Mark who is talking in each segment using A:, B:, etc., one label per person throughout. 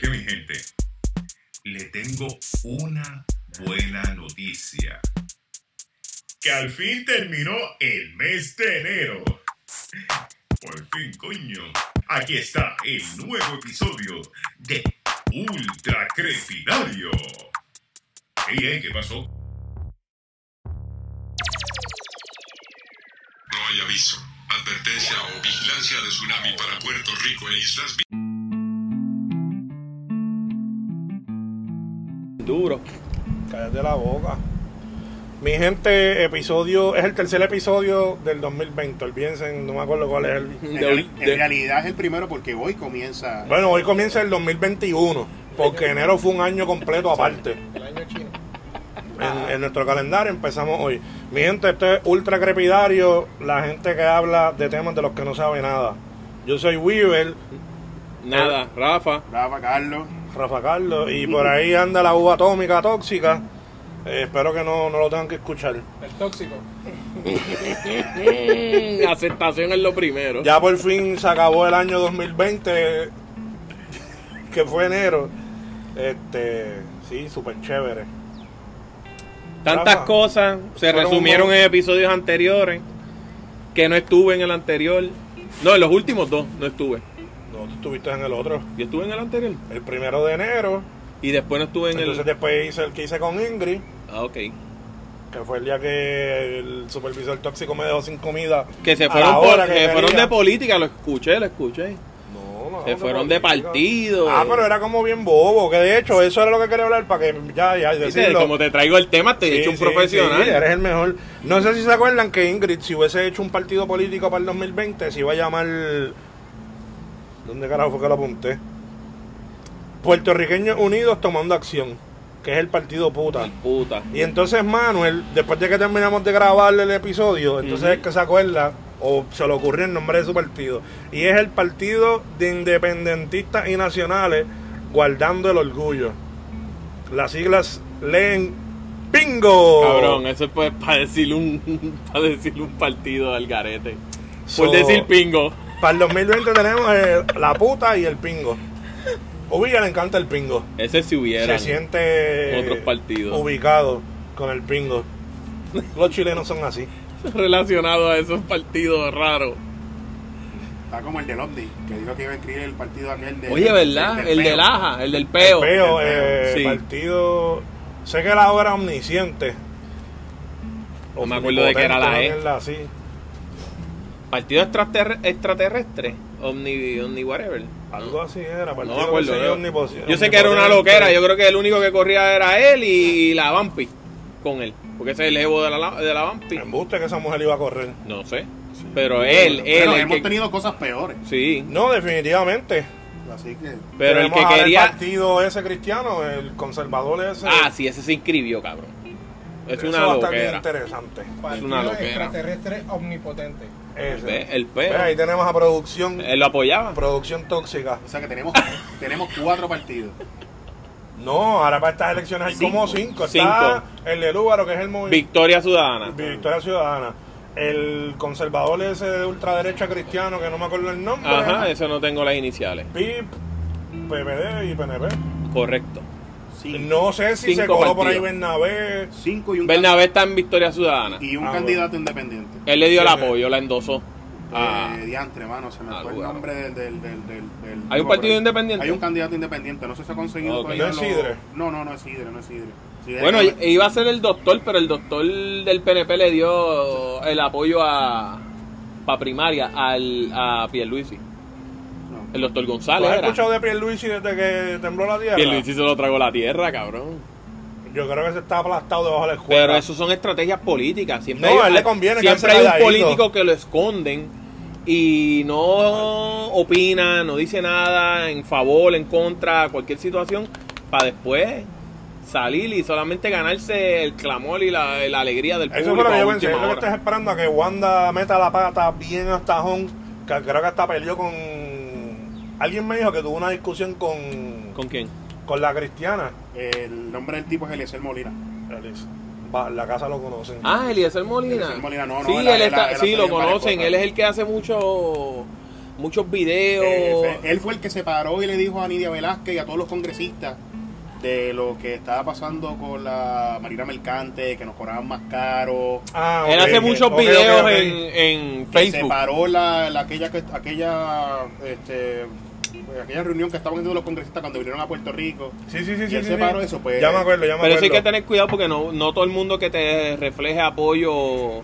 A: que mi gente, le tengo una buena noticia. Que al fin terminó el mes de enero. Por fin, coño. Aquí está el nuevo episodio de Ultra Crepinario. Ey, ey, ¿qué pasó?
B: No hay aviso, advertencia o vigilancia de tsunami para Puerto Rico e Islas Vi-
C: Duro.
D: Cállate la boca. Mi gente, episodio, es el tercer episodio del 2020. Olvídense, no me acuerdo cuál es el.
E: En,
C: De-
E: reali- en
C: de-
E: realidad es el primero porque hoy comienza.
D: Bueno, hoy comienza el 2021, porque enero fue un año completo aparte. El año chino. En, en nuestro calendario empezamos hoy. Mi gente, este es ultra crepidario, la gente que habla de temas de los que no sabe nada. Yo soy Weaver,
C: Nada, Rafa.
E: Brava, Carlos.
D: Rafa Carlos, y por ahí anda la uva atómica tóxica. Eh, espero que no, no lo tengan que escuchar.
C: Mm, aceptación es lo primero.
D: Ya por fin se acabó el año 2020, que fue enero. Este, sí, súper chévere.
C: Tantas
D: Rafa.
C: cosas se
D: Fueron
C: resumieron
D: un-
C: en episodios anteriores que no estuve en el anterior. No, en los últimos dos no estuve.
D: No, tú estuviste en el otro,
C: Yo estuve en el anterior
D: el primero de enero.
C: y después no estuve en
D: Entonces
C: el.
D: después hice el que hice con Ingrid,
C: Ah, ok.
D: que fue el día que el supervisor tóxico me dejó sin comida.
C: Que se
D: a
C: fueron,
D: la
C: por-
D: hora
C: que
D: quería.
C: fueron de política, lo escuché, lo escuché.
D: No, no,
C: se
D: no,
C: fueron de
D: política.
C: partido.
D: Ah, pero era como bien bobo, que de hecho eso era lo que quería hablar para que ya, ya
C: Viste,
D: decirlo.
C: Como te traigo el tema, te he
D: Sí,
C: hecho un
D: sí,
C: profesional.
D: sí, eres el mejor. No sé si se acuerdan que Ingrid, si hubiese hecho un partido político para el 2020, se iba a llamar. ¿Dónde carajo fue que lo apunté? Puertorriqueños Unidos Tomando Acción, que es el partido puta.
C: Puta.
D: Y entonces Manuel, después de que terminamos de grabar el episodio, entonces es que se acuerda o se le ocurrió el nombre de su partido. Y es el Partido de Independentistas y Nacionales Guardando el Orgullo. Las siglas leen Pingo.
C: Cabrón, eso es para decir un, para decir un partido al garete.
D: So,
C: Por decir pingo.
D: Para el 2020 tenemos eh, la puta y el pingo. A Villa le encanta el pingo.
C: Ese si hubiera.
D: se siente
C: otros partidos.
D: ubicado con el pingo. Los chilenos son así.
C: relacionado a esos partidos raros.
E: Está como el del Omni, que dijo que iba a escribir el partido aquel de.
C: Oye, ¿verdad?
E: del
C: El
E: peo.
C: del Aja, el del Peo.
D: Pero
E: El
D: eh,
C: peo, Este, sí.
D: partido. Sé que la obra es omnisciente.
C: No me acuerdo de qué era la
D: Omnipotente,
C: E.
D: una mierda así.
C: Partido extraterre- extraterrestre, omni, omni whatever.
D: Algo así era.
C: No
D: partido
C: me
D: que
C: acuerdo.
D: se
C: yo-
D: llama omnipo-
C: Yo sé que era una
D: omnipotente.
C: loquera, yo creo que el único que corría era él y la Vampi con él, porque ese es el evo de la, la- de la Vampi.
D: Embuste que esa mujer iba a correr.
C: No sé, pero él, él,
E: Pero
C: el
E: hemos
C: que-
E: tenido cosas peores.
C: Sí,
D: No, definitivamente.
E: Así que.
C: pero el
D: Tenemos
C: que
D: ahora
C: quería...
D: El partido ese cristiano, el conservador ese.
C: Ah, sí, ese se inscribió, cabrón. Es
D: Eso
C: una
D: va a estar bien
C: loquera.
D: interesante.
C: Es una
F: Partido
C: loquera.
F: extraterrestre omnipotente.
D: Ese.
C: Ve, El
D: Ve, ahí
C: Peo.
D: tenemos a producción,
C: Él lo apoyaba.
D: producción tóxica.
E: O sea que tenemos, tenemos cuatro partidos.
D: No, ahora para estas elecciones hay como cinco. Está el de Lúbaro, que es el movimiento
C: Victoria Ciudadana.
D: Victoria Ciudadana. El conservador ese de ultraderecha cristiano, que no me acuerdo el nombre.
C: Ajá, eso no tengo las iniciales.
D: PIP, PPD y PNP.
C: Correcto.
E: Cinco,
D: No sé si se
C: Cinco
D: coló por ahí
C: partidos.
D: Bernabé.
E: Cinco y un,
C: Bernabé está en Victoria Ciudadana.
E: can- y un
D: Ah,
E: candidato independiente.
C: Él le dio el
D: Sí,
C: apoyo, la endosó. Ah,
E: Eh, diantre, mano, se me
C: Ah,
E: fue el
C: lugar.
E: nombre del... del, del, del, del-
C: ¿Hay un
E: no,
C: partido
E: pero-
C: independiente?
E: Hay un candidato independiente, no sé si se ha conseguido
C: Ok.
E: todavía
D: ¿No es
E: lo-
D: Sidre?
E: No, no, no es Sidre, no es Sidre.
D: Eh,
E: Sidre
C: bueno,
E: es-
C: i- iba a ser el doctor, pero el doctor del PNP le dio el apoyo a para primaria al a Pierluisi.
E: no.
C: El doctor
D: ¿Tú
C: González
D: has
C: era.
D: escuchado de Pierluisi desde que tembló la tierra?
C: Pierluisi se lo tragó la tierra, cabrón.
D: Yo creo que se está aplastado debajo de la escuela.
C: Pero eso son estrategias políticas. Siempre
D: No,
C: hay,
D: a él le conviene
C: siempre
D: que él
C: hay
D: se haya
C: un
D: ido.
C: político que lo esconden y no opina, no dice nada en favor, en contra, cualquier situación, para después salir y solamente ganarse el clamor y la, la alegría del
D: Eso es
C: público.
D: lo que
C: a
D: yo pensé.
C: última
D: Es lo que
C: hora.
D: estás esperando a que Wanda meta la pata bien hasta home. Que creo que hasta peleó con. Alguien me dijo que tuvo una discusión con.
C: ¿Con quién?
D: con la cristiana.
E: El nombre del tipo es Eliezer Molina.
D: Alex. Va, La casa lo conocen.
C: Ah, Eliezer Molina.
E: Eliezer Molina, no, no,
C: sí,
E: era-
C: él
E: era-
C: está-
E: era
C: sí, lo
E: también
C: conocen.
E: parejo,
C: Él es el que hace mucho muchos videos.
E: Eh, fue- él fue el que se paró y le dijo a Nidia Velázquez y a todos los congresistas de lo que estaba pasando con la marina mercante, que nos cobraban más caro.
D: Ah,
C: él
D: ok,
C: hace
D: ok,
C: muchos
D: ok,
C: videos
D: ok, ok.
C: En, en
E: Que se
C: Facebook.
E: paró la, la- aquella, que- aquella, este, pues, aquella reunión que estaban haciendo los congresistas cuando vinieron a Puerto Rico.
D: Sí, sí, sí.
E: Y
D: sí,
E: él
D: sí,
E: se
D: sí.
E: paró eso, pues.
D: Ya me acuerdo, ya me
C: Pero
D: acuerdo.
C: sí hay que tener cuidado porque no, no todo el mundo que te refleje apoyo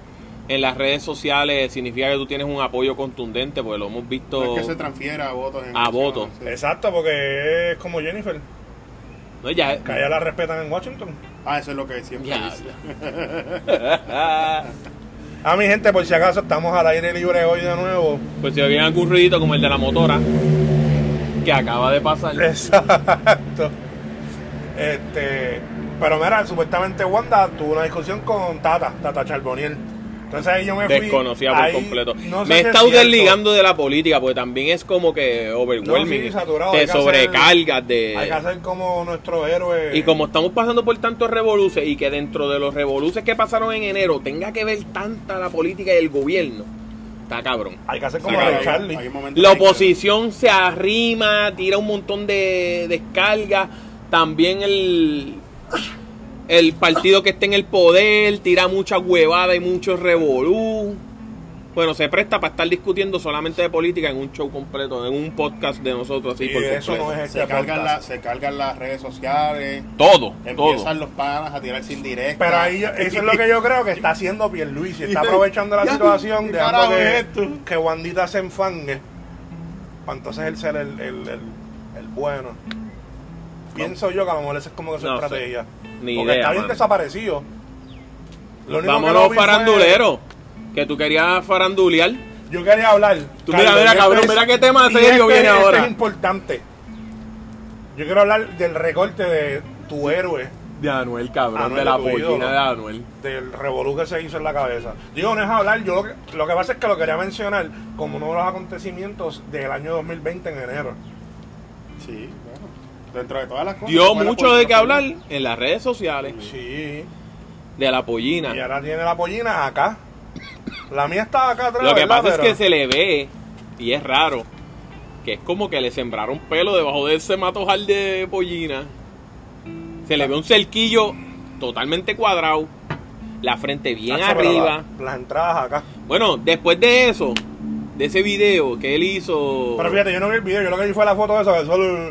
C: en las redes sociales significa que tú tienes un apoyo contundente, porque lo hemos
E: No
C: visto.
E: es que se transfiera a votos. en-
C: A votos.
E: Sí.
D: Exacto, porque es como Jennifer,
C: No, ya-
D: que allá la respetan en Washington.
E: Ah, eso es lo que siempre
C: Ya,
E: dice.
D: A Ah, mi gente, por si acaso, estamos al aire libre hoy de nuevo.
C: pues si había algún ruidito como el de la motora que acaba de pasar.
D: Exacto. Este, pero mira, supuestamente Wanda tuvo una discusión con Tata, Tata Charboniel. Entonces ahí yo me fui.
C: desconocida por
D: ahí,
C: completo.
D: no sé
C: me he
D: si es
C: estado
D: cierto.
C: desligando de la política porque también es como que overwhelming.
D: No, sí, saturado, hay
C: te
D: que hacer-
C: sobrecargas de.
D: Hay que hacer como nuestro héroe.
C: Y como estamos pasando por tantos revoluces y que dentro de los revoluces que pasaron en enero tenga que ver tanta la política y el gobierno, está cabrón.
D: Hay que hacer como
E: Saca,
D: de
E: hay-
D: Charlie.
E: hay un momento
C: La
E: en que-
C: oposición se arrima, tira un montón de descargas. También el, el partido que esté en el poder tira mucha huevada y mucho revolú. Bueno, se presta para estar discutiendo solamente de política en un show completo, en un podcast de nosotros. Así
D: Y
C: por
D: eso
C: completo.
D: no es este
E: Se cargan, la-
D: podcast.
E: se cargan las redes sociales.
C: Todo, todo.
E: Empiezan los panas a tirarse indirectas.
D: Pero ahí yo- eso es lo que yo creo que está haciendo Pierluisi. Está aprovechando la
E: Ya,
D: situación
E: ¿qué
D: de
E: carajo es
D: que,
E: esto?
D: que Wandita se enfangue. Para entonces él ser el, el, el- el bueno. Pienso yo que a lo mejor esa es como que su
C: No sé.
D: estrategia.
C: Ni
D: Porque
C: idea,
D: está bien
C: mano.
D: desaparecido. Lo único que lo
C: Vámonos
D: vi fue-
C: farandulero, que tú querías farandulear.
D: Yo quería hablar.
C: Tú mira, mira,
D: esto
C: cabrón,
D: es-
C: mira qué tema
D: y
C: serio viene
D: esto
C: ahora.
D: es importante. Yo quiero hablar del recorte de tu héroe.
C: De Anuel, cabrón,
D: Anuel
C: de la
D: es tu ídolo.
C: pollina de Anuel.
D: del revolú que se hizo en la cabeza. Digo, no es hablar, yo lo que, lo que pasa es que lo quería mencionar como uno de los acontecimientos del año 2020 en enero.
E: Sí, bueno. Dentro de todas las cosas.
C: Dio
E: fue la
C: mucho de qué
E: política.
C: hablar en las redes sociales
D: Sí.
C: de la
D: Y
C: pollina.
D: ahora tiene la pollina acá. La mía está acá atrás.
C: Lo que
D: ¿verdad?
C: pasa es
D: Pero-
C: que se le ve, y es raro, que es como que le sembraron pelo debajo de ese matojal de pollina. Se le ve un cerquillo totalmente cuadrado, la frente bien
D: Tacho, pero
C: arriba.
D: la- las entradas acá.
C: Bueno, después de eso, de ese video que él hizo...
D: Pero fíjate, yo no vi el video, yo lo que vi fue la foto de eso, que solo
C: Oh.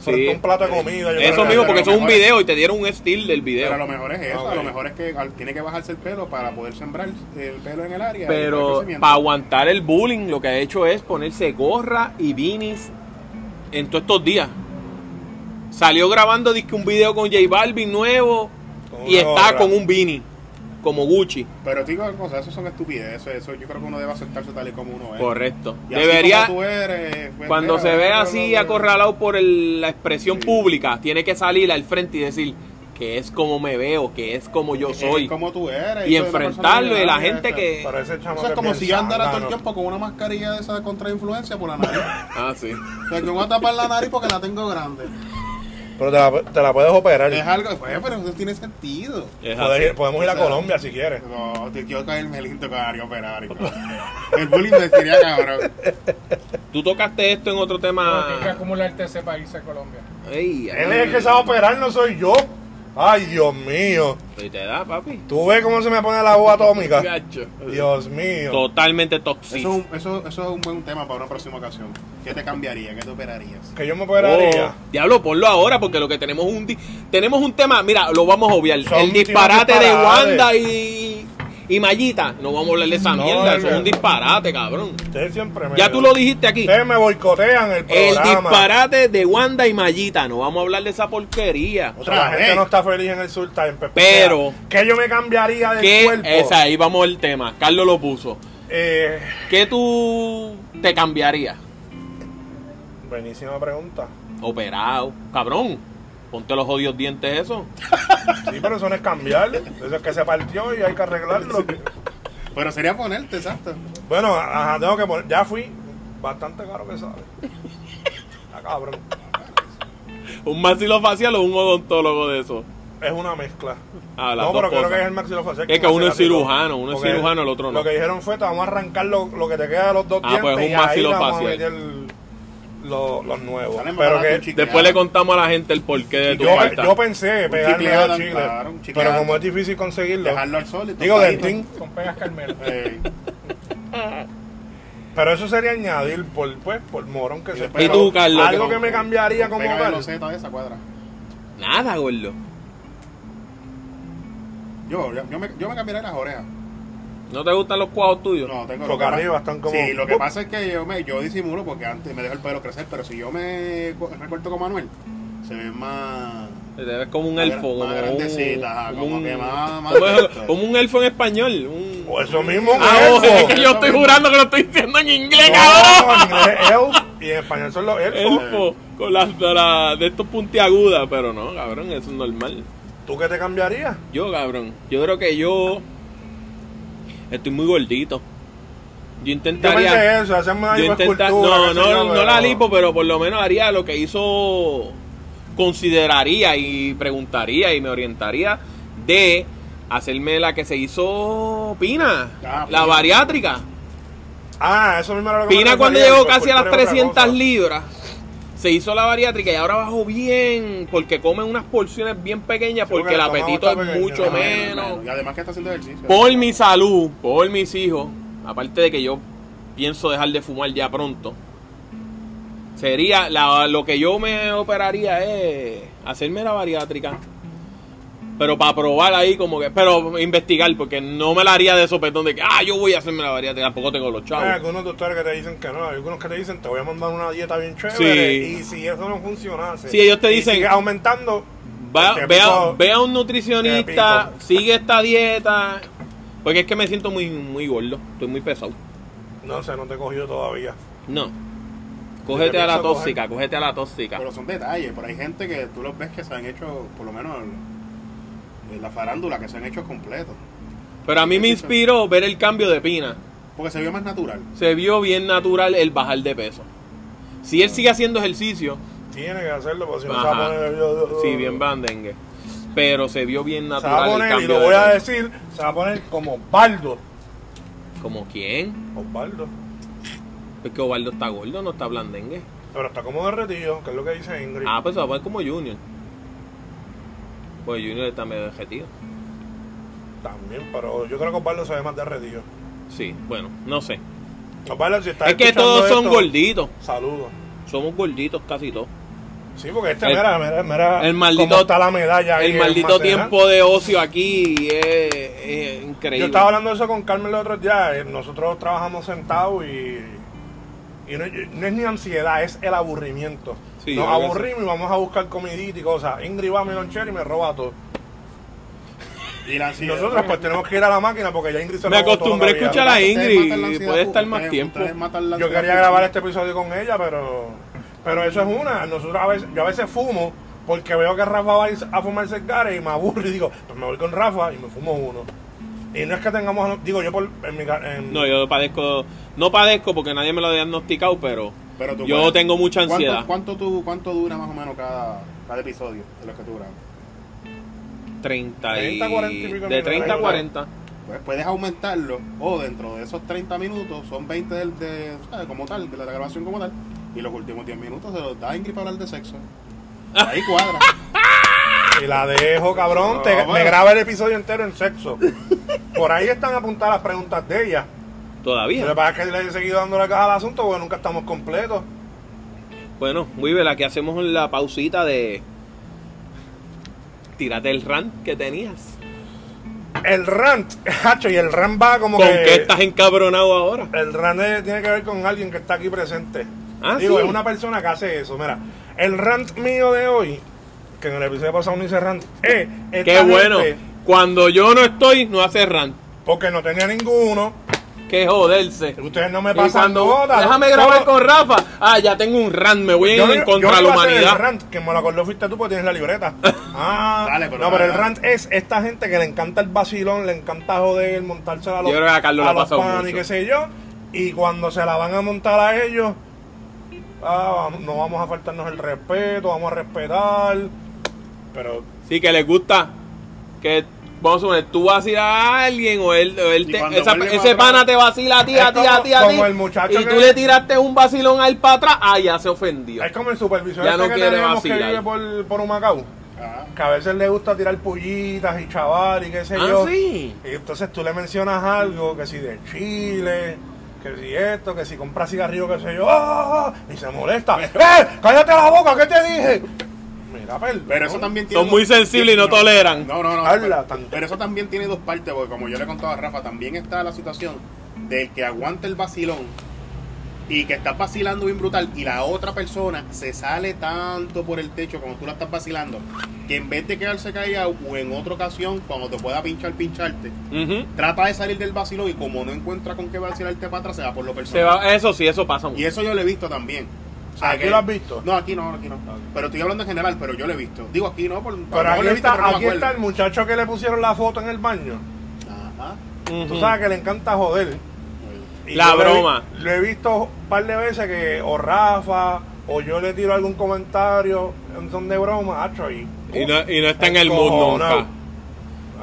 C: Sí.
D: soltó un plato de comida. yo
C: Eso
D: creo que-
C: mismo, porque eso
E: pero
C: es un
E: mejor-
C: video y te dieron un still del
E: Pero a lo
C: video.
E: mejor es eso.
C: Ah,
D: Ok.
E: A lo mejor es que al- tiene que bajarse el pelo para poder sembrar el pelo en el área. y el
C: Pero
E: crecimiento.
C: para aguantar el bullying, lo que ha hecho es ponerse gorra y beanies en todos estos días. Salió grabando dizque, un video con J Balvin nuevo
D: Con
C: y
D: una
C: está
D: gorra.
C: con un beanie, como Gucci.
E: Pero te digo cosas, eso son estupideces. Eso yo creo que uno debe aceptarse tal y como uno es.
C: Correcto.
E: Y así
C: Debería,
E: como tú eres, pues,
C: cuando
E: mira,
C: se ve
E: mira,
C: así
E: mira,
C: acorralado por el- la expresión
E: Sí.
C: pública, tiene que salir al frente y decir que es como me veo, que es como yo
E: es
C: soy.
E: como tú eres.
C: Y
E: eso es la
C: enfrentarlo y la
E: personalidad,
C: gente
E: eso.
C: que...
D: Pero ese chamo
E: Eso es
D: que
E: como si yo
D: piensa,
E: andara todo
D: no.
E: el tiempo con una mascarilla de esa de contrainfluencia por la nariz.
C: Ah, sí.
E: o sea, que voy a tapar la nariz porque la tengo grande.
D: Pero te la, te la puedes operar.
E: Es algo, pues, pero eso tiene sentido.
C: Es
D: Podés
C: así.
D: ir- podemos ir a
E: O sea,
D: Colombia si quieres.
E: No, te quiero caerme el lindo canario Ferrari. cabrón. El bullying me sería cabrón.
C: Tú tocaste esto en otro
F: Tienes que
C: tema.
F: acumularte ese país a Colombia.
C: Ey,
D: Él
C: ay.
D: es el que sabe operar, no soy yo. Ay, Dios mío.
C: Y te da, papi.
D: ¿Tú ves cómo se me pone la uva atómica?
C: Gacho.
D: Dios mío.
C: Totalmente
E: Eso, es
C: toxic.
E: un- eso, eso es un buen tema para una próxima ocasión. ¿Qué te cambiaría? ¿Qué te operarías?
D: Que yo me operaría.
C: Oh, diablo, ponlo ahora porque lo que tenemos un di- tenemos un tema, mira, lo vamos a obviar.
D: Son
C: el disparate
D: unos
C: de
D: disparates.
C: Wanda y y Mayita, no vamos a hablar de esa
D: No,
C: mierda, eso
D: no.
C: es un disparate, cabrón.
D: Ustedes siempre me.
C: Ya tú lo dijiste aquí.
D: Ustedes me boicotean el
C: El
D: Este programa.
C: disparate de Wanda y Mayita, no vamos a hablar de esa porquería.
D: O sea, la
E: Otra
D: gente
E: vez.
D: no está feliz en el sur, está en Pepe.
C: Pero-
D: Que yo me cambiaría del
C: ¿Qué?
D: cuerpo.
C: Esa, ahí vamos el tema. Carlos lo puso.
D: Eh,
C: ¿Qué tú te cambiarías?
D: buenísima pregunta.
C: operado. Cabrón, ponte los odios dientes eso.
D: Sí, pero eso no es cambiar. Eso es que se partió y hay que arreglarlo.
E: Pero sería ponerte, exacto.
D: Bueno, ajá, tengo que poner. Ya fui. Bastante caro que sale. Ah, cabrón.
C: Un maxilofacial o un odontólogo de eso.
D: es una mezcla.
C: Ah, las dos
D: no, pero creo
C: cosas.
D: que es el maxilofacial.
C: Es que uno es
D: asiático.
C: cirujano, uno es
D: Porque
C: cirujano, el otro no.
D: Lo que dijeron fue, te vamos a arrancar lo, lo que te queda de los dos
C: Ah,
D: dientes
C: pues es un
D: y ahí le vamos a
C: maxilofacial.
D: meter lo- los nuevos.
E: Salen
D: Pero
E: baratos,
D: que
E: chicos.
C: Después le contamos a la gente el porqué de tu
D: yo,
C: carta.
D: yo pensé pegarle
E: chicle
D: a
E: Adam,
D: Chile,
E: claro, un chicle
D: pero
E: Adam.
D: como es difícil conseguirlo,
E: Dejarlo al sol. entonces,
D: digo
E: ahí,
D: dentín con pegas Carmelo.
E: eh,
D: Pero eso sería añadir por, pues, por morón que se
E: después
C: ¿Y tú,
D: pero
C: Carlos,
D: Algo
C: que-
D: que me cambiaría como
E: pega
D: tal.
E: veloceta de esa cuadra.
C: Nada, gordo.
E: Yo, yo, yo me, yo me cambiaré las orejas.
C: ¿No te gustan los cuadros tuyos?
E: No, tengo
D: Porque
E: lo que pasa-
D: arriba están como-
E: Sí, lo que pasa es que yo, me, yo disimulo porque antes me dejo el pelo crecer, pero si yo me co- recorto con Manuel, se ve más.
C: Te ves como un
E: Más
C: elfo, como
E: gran- más grandecita, ajá,
C: un,
E: como
C: un-
E: que más- más
C: como es-
E: adulto.
C: como un elfo en español. un-
D: O eso mismo, un
C: Ah,
D: elfo.
C: es que yo estoy jurando que lo estoy diciendo en inglés, cabrón.
D: No, en inglés es elf y en español son los elfos.
C: Elfo, con las de, la- de estos puntiagudas, pero no, cabrón, eso es normal.
D: ¿Tú qué te cambiarías?
C: Yo, cabrón, yo creo que yo estoy muy gordito. Yo
D: Yo
C: intentaría...
D: pensé eso, hacerme una
C: Yo intenta-
D: lipoescultura.
C: no,
D: qué sé
C: no,
D: yo,
C: no
D: pero-
C: la lipo, pero por lo menos haría lo que hizo, consideraría y preguntaría y me orientaría de hacerme la que se hizo Pina, la
E: Ah, Pina.
C: bariátrica.
D: Ah, eso mismo era lo que me
C: Pina cuando
D: refería,
C: llegó casi a las
D: lipoescultura es otra
C: 300
D: cosa.
C: libras, se hizo la bariátrica y ahora bajó bien porque come unas porciones bien pequeñas
D: Sí,
C: porque
D: porque
C: el
D: el estómago
C: apetito es
D: está pequeño,
C: mucho
D: ¿no?
C: menos.
E: Y además que está haciendo ejercicio.
C: Por mi salud, por mis hijos, aparte de que yo pienso dejar de fumar ya pronto, sería la- lo que yo me operaría es hacerme la bariátrica. Pero para probar ahí como que, pero investigar, porque no me la haría de sopetón de que, ah, yo voy a hacerme la bariátrica, tampoco tengo los
D: Hay
C: chavos.
D: algunos doctores Ah, que te dicen que no, hay algunos que te dicen te voy a mandar una dieta bien chévere
C: Sí.
D: y si eso no funcionase,
C: Sí, ellos te
D: y
C: dicen-
D: sigue aumentando, este
C: Va-
D: te
C: ve, a,
D: pico-
C: ve a un nutricionista,
D: Te pico.
C: sigue esta dieta, porque es que me siento muy, muy gordo, estoy muy pesado.
D: no sé, no te cogió todavía.
C: No, cógete a la
D: pienso coger.
C: tóxica, cógete a la tóxica.
E: Pero son detalles, pero hay gente que tú los ves que se han hecho, por lo menos en la farándula, que se han hecho completos.
C: Pero a mí me inspiró ver el cambio de Pina.
E: Porque se vio más natural.
C: Se vio bien natural el bajar de peso. Si
D: Ah.
C: él sigue haciendo ejercicio,
D: Tiene que hacerlo porque si no se va a
C: ajá,
D: poner
C: sí, bien bandengue. Pero se vio bien
D: Oh. se va a
C: natural el
D: poner, y
C: cambio.
D: lo
C: de
D: voy a
C: peso.
D: decir, se va a poner como Osvaldo.
C: ¿Como quién?
D: Osvaldo.
C: Porque Ovaldo está gordo, no está blandengue.
D: Pero está como derretido, que es lo que dice Ingrid.
C: Ah, pues se va a poner como Junior. Pues Junior está medio objetivo.
D: También, pero yo creo que Osvaldo se ve más derretido.
C: Sí, bueno, no sé.
D: Osvaldo, si está
C: Es que todos son gorditos.
D: Saludos.
C: Somos gorditos casi todos.
D: Sí, porque este,
C: El-
D: mira, mira, mira.
C: el maldito-
D: cómo está la medalla ahí
C: El
D: en
C: maldito
D: Macena.
C: tiempo de ocio aquí es, es increíble.
D: Yo estaba hablando de eso con Carmen el otro día. eh, Nosotros trabajamos sentados y. y no, no es ni ansiedad, es el aburrimiento.
C: Sí, yo
D: Nos
C: creo que
D: aburrimos y vamos a buscar comidita y cosas. Ingrid va a mi lonchera y me roba todo.
E: Y la
D: Y
E: ansiedad-
D: nosotros pues tenemos que ir a la máquina porque ya Ingrid se
C: Me
D: robó todo lo que
C: acostumbré a
D: había.
C: escuchar a
E: Ustedes
C: Ingrid,
E: matan la ansiedad
C: puede estar
E: ju-
C: más
E: ustedes-
C: tiempo.
E: ustedes matan la
D: Yo
E: ansiedad
D: quería
E: ju-
D: grabar este episodio con ella, pero pero eso es una. Nosotros a veces, yo a veces fumo porque veo que Rafa va a ir a fumarse el gare y me aburro y digo, pues me voy con Rafa y me fumo uno. Y no es que tengamos, digo yo por, en mi, ca- en-
C: No, yo padezco, no padezco porque nadie me lo ha diagnosticado, pero,
E: Pero tú
C: yo
E: puedes-
C: tengo mucha
E: ¿Cuánto-
C: ansiedad.
E: ¿Cuánto, tú, cuánto dura más o menos cada, cada episodio de los que tú grabas?
C: 30 y,
D: 30, 40 y pico
C: de
D: minutos.
C: 30 a 40.
E: Pues puedes aumentarlo o dentro de esos 30 minutos son 20 del, de, ¿sabes? como tal, de la grabación como tal. Y los últimos 10 minutos se los da a Ingrid para hablar de sexo. Ahí cuadra.
D: Y la dejo, cabrón. te-
E: No, bueno.
D: Me graba el episodio entero en sexo. Por ahí están apuntadas las preguntas de ella. Lo que
C: Todavía.
D: pasa es que le he seguido dando la caja al asunto porque nunca estamos completos.
C: Bueno, muy bien, aquí hacemos la pausita de tírate el rant que tenías.
D: El rant, hacho, y el rant va como
C: ¿Con
D: que.
C: qué estás encabronado ahora?
D: El rant es- tiene que ver con alguien que está aquí presente.
C: Ah,
D: Digo,
C: sí.
D: es una persona que hace eso. Mira, el rant mío de hoy, que en el episodio pasado no hice rant, es. esta
C: Qué bueno.
D: gente,
C: Cuando yo no estoy, no hace rant.
D: Porque no tenía ninguno.
C: Qué joderse.
D: Ustedes no me
C: Y
D: pasan
C: cuando-
D: nota.
C: déjame grabar
D: Solo-
C: con Rafa. Ah, ya tengo un rant, me voy en
D: no-
C: contra
D: no
C: de la
D: iba a hacer
C: humanidad.
D: El rant, que me lo acordó fuiste tú porque tienes la libreta. Ah,
E: Dale, pero
D: no, pero
E: dale,
D: el rant es esta gente que le encanta el vacilón, le encanta joder, montarse a los,
C: Yo creo que a Carlos le ha
D: los
C: pasado
D: panes
C: mucho.
D: y qué sé yo. Y cuando se la van a montar a ellos, ah, vamos- no vamos a faltarnos el respeto, vamos a respetar. Pero
C: Sí, que les gusta. Que, vamos a suponer, tú vacilas a alguien o él, o él
E: Y
C: te-
E: cuando
C: esa-
E: vuelve
C: ese
E: para
C: pana
E: atrás.
C: te vacila a ti,
D: Es
C: a ti, a
D: como-
C: ti, a ti.
D: como el muchacho
C: y
D: que-
C: tú le tiraste un vacilón a él para atrás, ah, ya se ofendió.
D: es como el supervisor
C: Ya
D: este
C: no
D: que
C: quiere
D: tenemos que
C: vacilar.
D: vive por, por Humacao.
E: Ah,
D: Que a veces le gusta tirar pullitas y chaval y qué sé
C: Ah,
D: yo.
C: sí.
D: Y entonces tú le mencionas algo, que si de Chile, que si esto, que si compra cigarrillo, qué sé yo. ¡Ah! Y se molesta. ¡Eh! ¡Cállate la boca! ¿Qué te dije? Mira, perdón.
E: pero eso también tiene.
C: Son muy sensibles y no toleran.
E: No, no, no.
D: Habla
E: pero,
D: tan-
E: pero eso también tiene dos partes, porque como yo le contaba a Rafa, también está la situación del que aguanta el vacilón y que estás vacilando bien brutal y la otra persona se sale tanto por el techo cuando tú la estás vacilando que en vez de quedarse callado o en otra ocasión cuando te pueda pinchar, pincharte,
C: Ujú.
E: trata de salir del vacilón y como no encuentra con qué vacilarte para atrás, se va por lo
C: Se
E: personal.
C: va- eso sí, eso pasa
E: Y
C: mucho.
E: eso yo lo he visto también. O sea,
D: ¿Aquí
E: que-
D: lo has visto?
E: No, aquí no, aquí no. Pero estoy hablando en general, pero yo lo he visto. Digo aquí no, por, a
D: Pero
E: lo mejor
D: aquí
E: lo he visto,
D: está,
E: pero no me
D: aquí está el
E: acuerdo.
D: muchacho que le pusieron la foto en el baño.
E: Ajá.
D: Tú
C: Ujú.
D: sabes que le encanta joder. Y
C: La
D: yo lo he-
C: broma.
D: Lo he visto un par de veces que o Rafa o yo le tiro algún comentario en son de broma, hacho, y,
C: Y no, y no está en el mood
D: Encojonado.
C: nunca.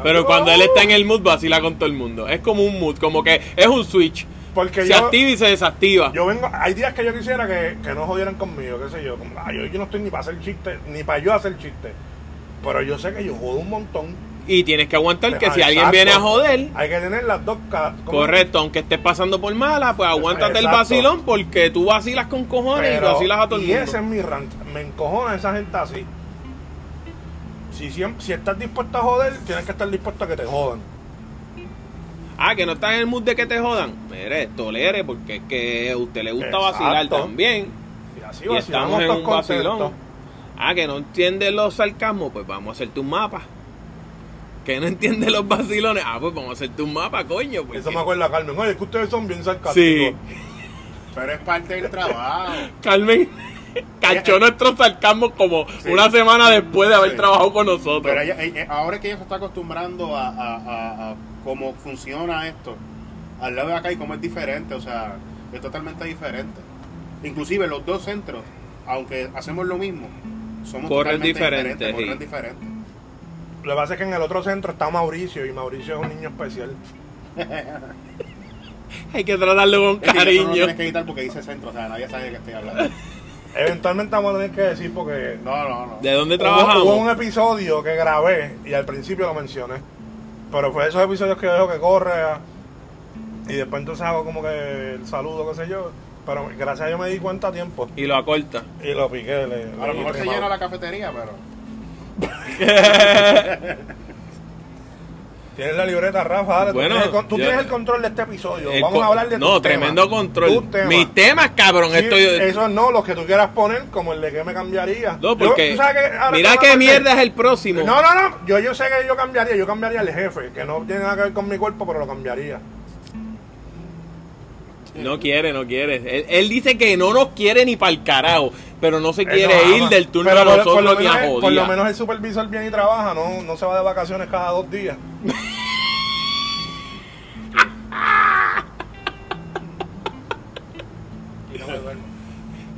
C: Pero cuando él está en el mood, vacila con todo el mundo. Es como un mood, como que es un switch.
D: Porque
C: se
D: yo-
C: activa y se desactiva.
D: Yo vengo, hay días que yo quisiera que, que no jodieran conmigo, qué sé yo. como, ay, yo, yo no estoy ni para hacer chiste, ni para yo hacer chiste. Pero yo sé que yo jodo un montón.
C: y tienes que aguantar que
D: Ah,
C: si alguien
D: exacto.
C: viene a joder,
D: Hay que tener las dos caras. ¿Cómo?
C: correcto, aunque estés pasando por mala, pues aguántate el
D: Exacto.
C: vacilón porque tú vacilas con cojones
D: Pero-
C: y vacilas a todo el
D: y
C: mundo.
D: ese es mi rant. Me encojona esa gente así. Si, siem- si estás dispuesto a joder, tienes que estar dispuesto a que te jodan.
C: Ah, que no estás en el mood de que te jodan. Mire, tolere porque es que a usted le gusta
D: Exacto.
C: vacilar también.
D: Y así
C: Y estamos
D: vacilamos
C: en
D: todos
C: un
D: contentos.
C: vacilón. Ah, que no entiendes los sarcasmos, pues vamos a hacerte un mapa. Que no entiendes los vacilones, ah, pues vamos a hacerte un mapa, coño. porque-
D: Eso me acuerda a Carmen. Oye, es que ustedes son bien sarcásticos.
C: Sí.
E: Pero es parte del trabajo.
C: Carmen
D: Eh,
C: cachó nuestros sarcasmos como una semana después de haber
E: Sí.
C: trabajado con nosotros.
E: Pero ella- eh, eh, ahora que ella se está acostumbrando a, a- a- a cómo funciona esto, al lado de acá y cómo es diferente, o sea, es totalmente diferente. Inclusive los dos centros, aunque hacemos lo mismo, somos
C: Corren
E: totalmente
C: diferentes,
E: diferentes. corren
C: sí.
E: diferentes.
D: Lo que pasa es que en el otro centro está Mauricio y Mauricio es un niño especial.
C: Hay que tratarlo con
E: Es decir, eso no lo
C: cariño.
E: tienes que editar porque dice centro, o sea, nadie sabe de qué estoy hablando.
D: Eventualmente vamos a tener que decir porque
E: No, no, no.
C: ¿De dónde
D: hubo,
C: trabajamos?
D: hubo un episodio que grabé y al principio lo mencioné. Pero fue esos episodios que yo dejo que corre ah, y después entonces hago como que el saludo, qué sé yo. Pero gracias a Dios me di cuenta a tiempo
C: Y lo acorta.
D: y lo piqué. le-
E: A
D: le
E: lo
D: di
E: mejor se
D: primado.
E: llena la cafetería, pero.
D: Tienes la libreta, Rafa. Dale,
C: Bueno,
D: tú tienes, el, con- tú
C: yo-
D: tienes el control de este episodio.
C: El
D: Vamos
C: co-
D: a hablar de
C: No,
D: tus temas.
C: tremendo control.
D: Tus temas.
C: Mis temas, cabrón.
D: Sí,
C: estoy...
D: Esos no, los que tú quieras poner, como el de que me cambiaría.
C: No,
D: Yo-
C: porque.
D: tú sabes que ahora
C: mira
D: te van a
C: qué
D: poner-
C: mierda es el próximo.
D: No, no, no. Yo, yo sé que yo cambiaría. Yo cambiaría el jefe, que no tiene nada que ver con mi cuerpo, pero lo cambiaría.
C: No quiere, no quiere. Él, él dice que no nos quiere ni para el carajo. Pero no se
D: Él
C: quiere
D: nos Eh, ama.
C: ir del turno
D: Pero
C: de
D: por-
C: nosotros
D: por lo
C: ni
D: menos,
C: a
D: el- Por lo
C: jodida.
D: menos el supervisor viene y trabaja, no, no se va de vacaciones cada dos días.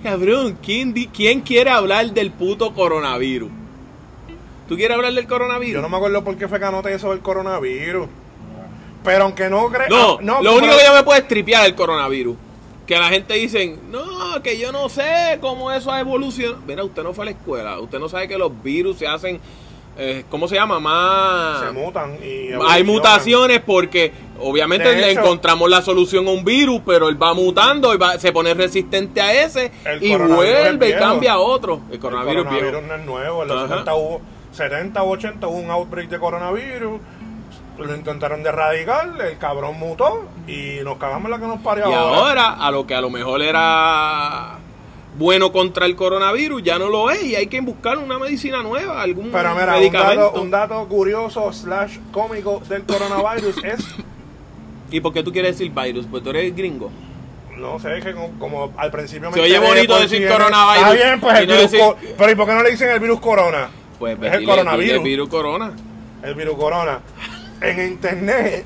C: Cabrón, ¿quién, di- ¿quién quiere hablar del puto coronavirus? ¿Tú quieres hablar del coronavirus?
D: Yo no me acuerdo por qué fue que anoté eso del coronavirus. Pero aunque no crea.
C: No,
D: ah,
C: lo único
D: pero-
C: que yo me puedo estripear el coronavirus. Que la gente dice, no, que yo no sé cómo eso ha evolucionado. Mira, usted no fue a la escuela, usted no sabe que los virus se hacen, eh, ¿cómo se llama? Más...
D: Se mutan y.
C: Hay
D: evolucionan.
C: mutaciones porque obviamente
D: De
C: le
D: hecho-
C: encontramos la solución a un virus, pero él va mutando y va- se pone resistente a ese
D: El
C: y
D: coronavirus es
C: vuelve y
D: viejo.
C: cambia a otro. El
D: El
C: coronavirus,
D: coronavirus,
C: viejo.
D: no es nuevo. En los
C: Ajá.
D: 70 hubo 70 u 80 hubo un outbreak de coronavirus. Lo intentaron de erradicar, el cabrón mutó y nos cagamos la que nos parió
C: Y ahora, a lo que a lo mejor era bueno contra el coronavirus, ya no lo es y hay que buscar una medicina nueva, algún
D: Pero mira, un
C: medicamento.
D: dato, un dato curioso slash cómico del coronavirus es,
C: ¿Y por qué tú quieres decir virus? Pues tú eres gringo.
D: no sé, es que como, como al principio
C: Se oye
D: enteré
C: bonito
D: por
C: decir
D: CNN.
C: coronavirus
D: Está bien, pues
C: y
D: el
C: no
D: virus
C: decir-
D: co- Pero ¿y por qué no le dicen el virus corona?
C: Pues
D: es el
C: dile- dile
D: coronavirus.
C: virus corona.
D: El virus corona. En internet,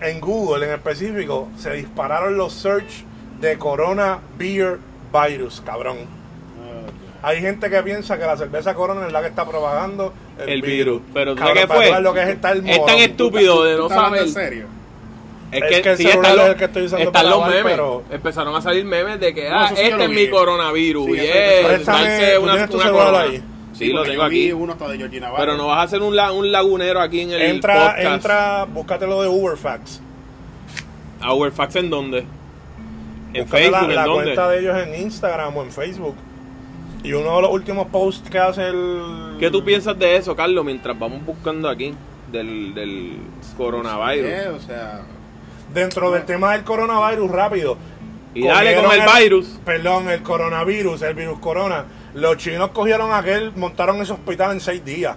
D: en Google en específico, se dispararon los search de corona beer virus, cabrón. Hay gente que piensa que la cerveza Corona es la que está propagando el,
C: El virus. Pero ¿tú sabes
D: Cabrón,
C: qué
D: para
C: fue?
D: tú sabes lo que es estar
C: Es tan
D: morón.
C: estúpido de
E: ¿Tú
C: no
E: estás hablando
C: saber.
E: en serio?
C: Es
D: Es
C: que,
D: que el
C: sí,
D: celular
C: están
D: es
C: los,
D: el que estoy usando
C: están
D: para
C: los
D: grabar,
C: memes.
D: pero-
C: Empezaron a salir memes de que,
E: No,
C: ah,
E: eso sí yo
C: este
E: lo
C: es
E: vi.
C: mi coronavirus.
E: Sí,
C: y
E: eso yo-
C: es
D: Préstame,
C: darse
D: ¿tú
C: una,
D: tienes tu
C: una
D: celular
C: corona.
D: ahí?
C: Sí,
E: porque
C: lo tengo
E: yo vi
C: aquí.
E: uno hasta de Georgina Navarro.
C: Pero no vas a hacer un, la- un lagunero aquí en el
D: Entra,
C: podcast.
D: entra, búscate lo de Uberfax.
C: ¿A Overfax en dónde? En
D: Búscate
C: Facebook,
D: la, la
C: ¿en dónde?
D: cuenta de ellos en Instagram o en Facebook. Y uno de los últimos posts que hace el.
C: ¿Qué tú piensas de eso, Carlos, mientras vamos buscando aquí del, del
E: Eh,
C: coronavirus?
E: o sea,
D: Dentro del tema del coronavirus, rápido.
C: Y dale con
D: Cogieron
C: el virus.
D: Perdón, el coronavirus, el virus corona. Los chinos cogieron aquel, montaron ese hospital en seis días.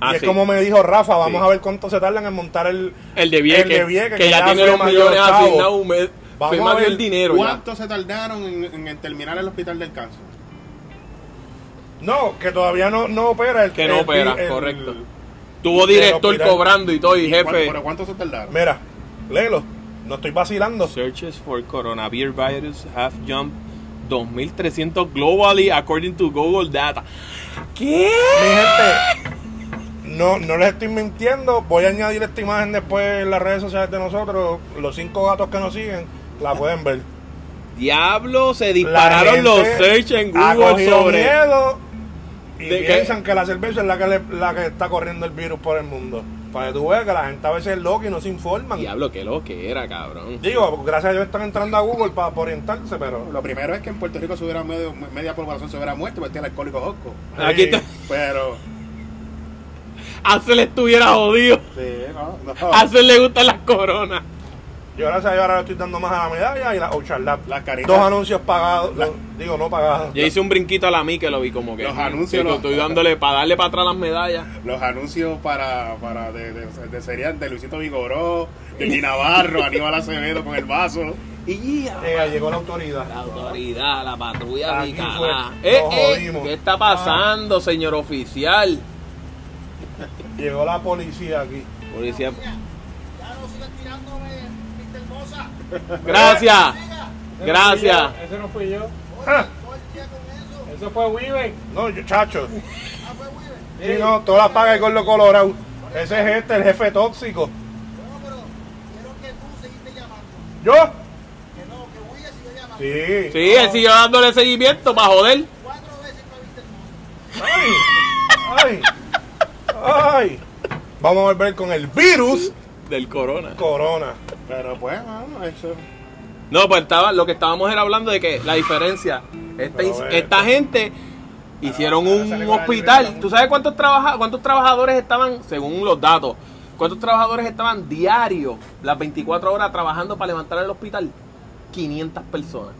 C: Ah,
D: y es
C: sí.
D: como me dijo Rafa, vamos
C: Sí.
D: a ver cuánto se tardan en montar el,
C: el de Vieques,
D: el de Vieques,
C: que, ya tiene
D: fue
C: los
D: mayor
C: millones
D: chavo.
C: asignados. me-
D: Vamos
C: FEMA
D: a
C: dio
D: ver
C: el dinero ya.
E: ¿cuánto se tardaron en, en- en terminar el hospital del cáncer?
D: No, que todavía no, no opera. El,
C: Que no
D: el-
C: opera,
D: el-
C: correcto.
D: el
C: Tuvo director
D: hospital.
C: cobrando y todo, y
E: ¿Cuánto-
C: jefe.
E: ¿Pero cuánto se tardaron?
D: Mira, léelo. No estoy vacilando.
C: Searches for coronavirus have jumped 2.300 globally according to Google data. ¿Qué?
D: Mi gente, no, no les estoy mintiendo. Voy a añadir esta imagen después en las redes sociales de nosotros. Los cinco gatos que nos siguen la pueden ver.
C: Diablo, se
D: La
C: dispararon
D: gente
C: los searches en
D: ha
C: Google
D: cogido
C: sobre...
D: miedo y
C: ¿De qué?
D: piensan que la cerveza es la que, le- la que está corriendo el virus por el mundo. Para que tú veas que la gente a veces es loca y no se informan.
C: Diablo, qué lo que era, cabrón.
D: Digo, gracias a Dios están entrando a Google para, para orientarse, pero...
E: Lo primero es que en Puerto Rico se hubiera medio- media población se hubiera muerto porque tiene el alcohólico Josco.
C: Aquí está.
E: Pero,
C: Axel estuviera jodido.
E: sí, no, no.
C: Axel le gustan las coronas.
D: Yo gracias a Dios ahora le estoy dando más a la medalla y la Ocharlap.
E: Las caritas.
D: Dos anuncios pagados, no, digo, no pagados.
C: Yo hice un brinquito a la mí que lo vi como que.
E: Los
C: que
E: anuncios, los-
C: Estoy dándole para darle para atrás las medallas.
E: Los anuncios para, para de, de, de serían de Luisito Vigoró, de Navarro, Aníbal Acevedo con el vaso. Y
D: Llega- Eh, llegó la autoridad.
C: La autoridad, la patrulla
D: Aquí
C: picada.
D: fue.
C: Eh,
D: Nos
C: eh,
D: jodimos.
C: ¿Qué está pasando, señor oficial?
D: Llegó la policía aquí.
C: Policía.
F: Ya no sigas tirándome, Mr. Bosa.
C: Gracias. Gracias.
G: Ese no fui yo.
D: Ah,
F: Todo el día con eso.
G: Eso fue Weaver.
D: no, yo, chacho.
F: Ah, fue muy bien.
D: Sí, no, todas las paga el gordo colorado. Ese es este, el jefe tóxico.
F: Bueno, pero quiero que tú seguiste llamando.
D: ¿Yo?
F: Que no, que voy a seguir llamando.
D: Sí.
C: Sí, él siguió dándole seguimiento para joder.
F: Cuatro veces para Mr. Bosa.
D: ¡Ay! ¡Ay! ¡Ay! Vamos a volver con el virus
C: Del corona.
D: corona.
E: Pero pues, mano, eso.
C: No, pues estaba, lo que estábamos era hablando de que la diferencia. Esta,
D: Pero bueno.
C: esta gente hicieron
D: ahora
C: un
D: sale con la
C: hospital.
D: libreta.
C: ¿Tú sabes cuántos, trabaja, cuántos trabajadores estaban, según los datos, cuántos trabajadores estaban diarios, las 24 horas, trabajando para levantar el hospital? 500 personas.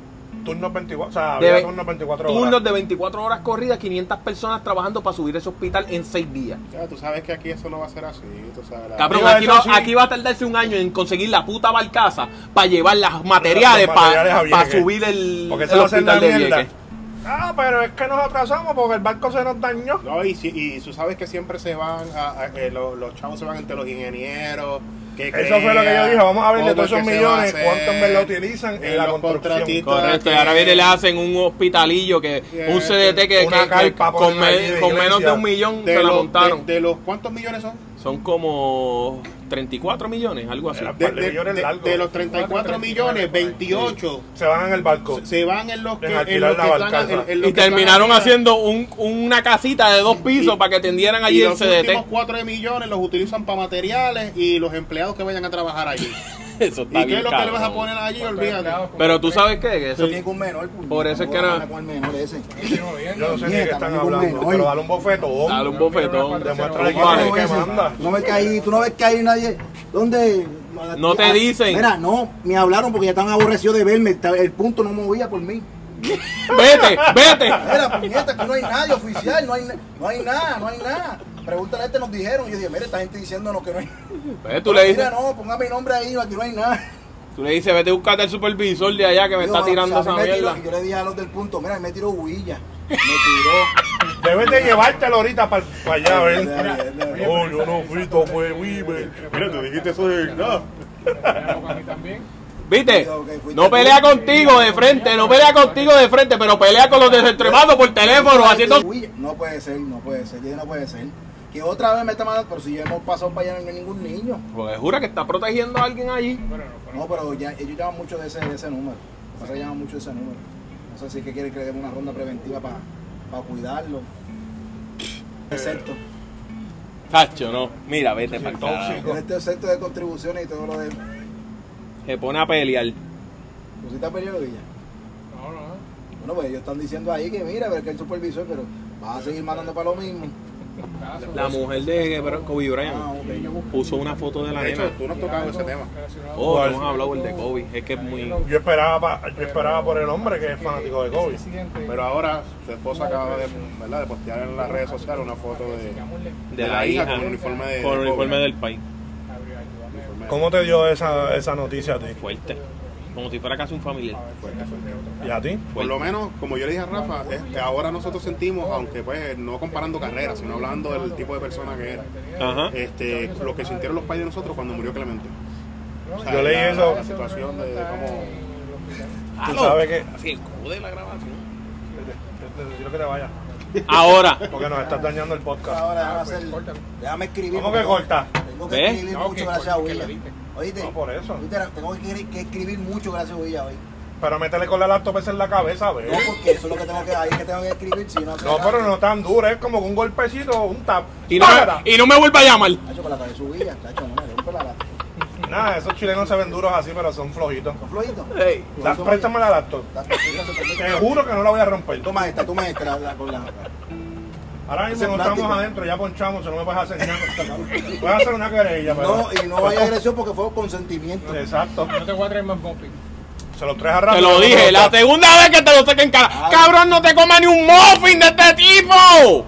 D: Turnos 24, o sea,
C: De
D: había
C: ve-
D: turnos 24 horas.
C: Turnos de 24 horas corridas, 500 personas trabajando para subir ese hospital en 6 días.
E: Ya, tú sabes que aquí eso no va a ser así. Tú sabes, la-
C: Cabrón,
D: Digo,
C: aquí,
D: eso
C: no-
D: sí.
C: aquí va a tardarse un año en conseguir la puta barcaza para llevar las materiales,
D: Los materiales a
C: para
D: Vieques.
C: subir el,
D: Porque
C: el
D: eso va a ser la
C: hospital de
D: mierda.
C: Vieques.
D: Ah, pero es que nos atrasamos porque el barco se nos dañó.
E: No, y, si- y tú sabes que siempre se van, a- a- eh, lo- los chavos se van entre los ingenieros. Que
D: Eso fue lo que yo dije. Vamos a ver de
E: cómo es
D: todos esos
E: que se va a
D: millones,
E: hacer,
D: cuánto en verdad utilizan en
E: eh,
D: la
E: los
D: construcción.
E: contratistas
C: Correcto, y
E: que-
C: ahora viene y le hacen un hospitalillo que
E: Yeah.
C: un CDT que,
D: Una
C: que- que
D: carpa por
C: con,
D: allí
C: me-
D: de
C: con menos de
D: iglesia.
C: un millón
E: de
C: se la
E: los-
C: montaron.
E: de- de los cuántos millones son?
C: Son como 34 millones, algo así.
D: Era-
E: De,
D: Par de
E: de-
D: millones
E: de-
D: largos.
E: de los 34 millones, 28
D: Se van en el barco.
E: se- se van en los que,
D: En
E: en
D: alquilar
E: los que
D: la
E: están,
D: barcaza.
E: en- en los
C: Y
E: que están
C: terminaron
E: arriba.
C: haciendo un- una casita de dos pisos para que tendieran allí
E: y
C: el
E: los últimos
C: CDT.
E: 4 millones los utilizan para materiales y los empleados que vayan a trabajar allí.
C: Eso
E: ¿Y qué
C: bien,
E: es lo que le
C: cabrón.
E: vas a poner allí? Olvídate.
C: Pero tú sabes qué, que eso
F: Tiene un menor. puñeta,
C: Por eso es
F: no
C: que
F: voy a
C: no-
F: hablar Con el menor ese.
D: Yo no sé ni de qué
F: Nieta,
D: están
F: ningún
D: hablando,
F: menor.
D: pero dale un bofetón.
C: dale un bofetón. Compadre,
D: Demuéstrale quién es el que
F: Ese,
D: manda.
F: No ves que ahí, tú no ves que hay nadie. ¿Dónde?
C: No te
F: Ah,
C: dicen.
F: Mira, no, me hablaron porque ya están aborrecidos de verme. El, el punto no movía por mí.
C: Vete, vete.
F: Mira, puñeta, que no hay nadie oficial, no hay, na- no hay nada, no hay nada. Pregúntale a este, nos dijeron. Y yo dije, mira, esta gente diciéndonos que no hay.
C: Pues tú le dices,
F: Mira, no, ponga mi nombre ahí, aquí no hay nada.
C: tú le dices, vete a buscarte al supervisor de allá que me
F: Yo,
C: está
F: o sea,
C: tirando
F: me
C: esa
F: tiró-
C: mierda.
F: y Yo le dije a los del punto, mira, me tiró huilla. Me tiró.
D: Debes de llevártelo ahorita para allá,
F: Ay, dale,
D: ¿ver?
F: dale.
D: No, yo no fui, no fue Weaver.
E: Mira, tú dijiste eso de no.
G: Pero me llamo a mí también.
C: ¿Viste?
F: Ok, fuiste
C: No
F: tú.
C: pelea contigo de frente, no pelea contigo de frente, pero pelea con los desentrevados por teléfono, haciendo...
F: Uy, No puede ser, no puede ser, ya no puede ser. Que otra vez me está mandando, pero si ya hemos pasado para allá, no hay ningún niño.
C: Porque jura que está protegiendo a alguien allí.
F: No, pero ya, ellos llaman mucho de ese, de ese número. Pasa que llaman mucho de ese número. No sé si es que quieren que le demos una ronda preventiva para cuidarlo.
C: Eh.
F: Excepto.
C: Tacho, no. Mira, vete para
F: Con este excepto de contribuciones y todo lo de
C: Se pone a pelear.
F: cositas periodillas.
G: No, no.
F: Bueno, pues ellos están diciendo ahí que mira, pero que el supervisor, pero vas a seguir mandando para lo mismo.
G: Caso.
C: La mujer de pero Kobe
F: Ah,
C: Bryant
F: ok.
C: puso una foto de la
E: De hecho,
C: nena.
E: tú no has tocado ese tema.
C: Oh, no hemos hablado el de Kobe. Es que es muy...
D: Yo esperaba, pa- yo esperaba por el hombre que es fanático de Kobe.
E: Pero ahora su esposa acaba de, ¿verdad? de postear en las redes sociales una foto de,
C: De la hija.
E: con un uniforme de
C: Con el
E: de
C: uniforme
E: Kobe.
C: del país.
E: Uniforme de-
D: ¿Cómo te dio esa, esa noticia a ti?
C: Fuerte. Como si fuera casi un familiar.
D: ¿Y a ti?
E: Por lo menos, como yo le dije a Rafa, este, ahora nosotros sentimos, aunque pues no comparando carreras, sino hablando del tipo de persona que era,
C: Ajá.
E: este, lo que sintieron los padres de nosotros cuando murió Clemente. O sea,
D: Yo leí
E: la-
D: eso.
E: La situación de, de cómo...
D: Tú sabes que...
C: Así, el cubo de la grabación.
D: Te- te- te quiero que te vayas,
C: Ahora.
D: porque nos estás dañando el
G: Ah, pues,
D: podcast.
F: Ahora déjame hacer. Déjame escribir.
D: ¿Cómo que
F: porque
D: corta?
F: Tengo que
C: ¿Ves?
F: escribir
G: No,
F: mucho
G: que
F: gracias a
G: corta, que
F: Villa.
G: le diste.
F: Oíste.
D: No, por eso.
F: Viste, Tengo que escri- que escribir mucho gracias a Villa hoy.
D: Pero métele con la laptop esa en la cabeza,
F: No,
D: ¿ves?
F: porque eso es lo que tengo que, ahí es que tengo que escribir, si no.
D: No, pero no tan dura, es como un golpecito, un tap.
C: Y no,
D: ¡Págata!
C: me, y no me vuelva a llamar.
F: Tacho, con la cabeza subida, tacho, no me rompe la lata.
D: Nada, esos chilenos se ven duros así, pero son flojitos.
F: ¿Son flojitos?
C: Ey.
D: La- préstame la laptop. Te juro que no la voy a romper.
F: Toma esta, toma esta, la, la- con la...
D: Ahora mismo
F: Ese
D: no
F: plástico.
D: estamos adentro, ya ponchamos, eso no me puedes hacer nada. Voy a hacer una querella,
F: No,
D: pero-
F: y no vaya agresión porque fue consentimiento.
D: Exacto.
G: No te voy a traer más Buffy.
D: Se los traes a Rafa.
C: Te lo dije, la segunda vez que te lo saqué en cara.
F: Ah.
C: Cabrón, no te comas ni un muffin de este tipo.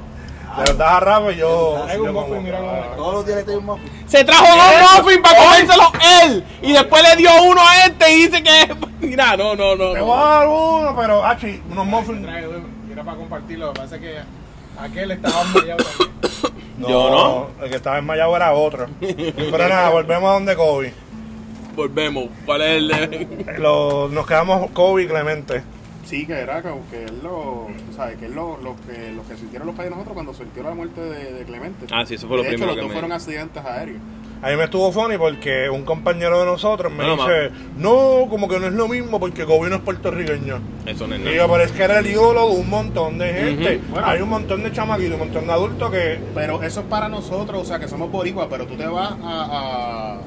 D: Te los das a Rafa y yo.
G: Traigo un
D: yo
G: muffin,
D: como-
G: mira cómo
F: Todos los días le traigo un muffin.
C: Se trajo dos muffins para comérselo él. Y después le dio uno a este y dice que es. Mira, no, no, no.
D: Te
C: no.
D: voy a dar uno, pero, achi, unos muffins.
G: Trae, y era para compartirlo. Lo que pasa es que aquel estaba mareado también.
C: Yo
D: no. El que estaba en Mayagüe era otro. Pero nada, volvemos a donde Kobe.
C: Volvemos. ¿Cuál es el de.?
D: Lo- nos quedamos Kobe y Clemente.
E: Sí, que era como que es lo, tú sabes, que es lo, lo que, lo que sintieron los padres de nosotros cuando sintió la muerte de, de Clemente.
C: Ah, sí, eso fue lo
E: de
C: primero
E: hecho, los
C: que
E: dos
C: me-
E: fueron accidentes aéreos.
D: A mí me estuvo funny porque un compañero de nosotros me
C: No, no,
D: dice, no, como que no es lo mismo porque Kobe no es puertorriqueño.
C: Eso no es
D: Y yo, pero es que era el ídolo de un montón de gente.
C: Ujú.
E: Bueno.
D: Hay un montón de chamaquitos, un montón de adultos que
E: Pero eso es para nosotros, o sea, que somos boricuas, pero tú te vas a,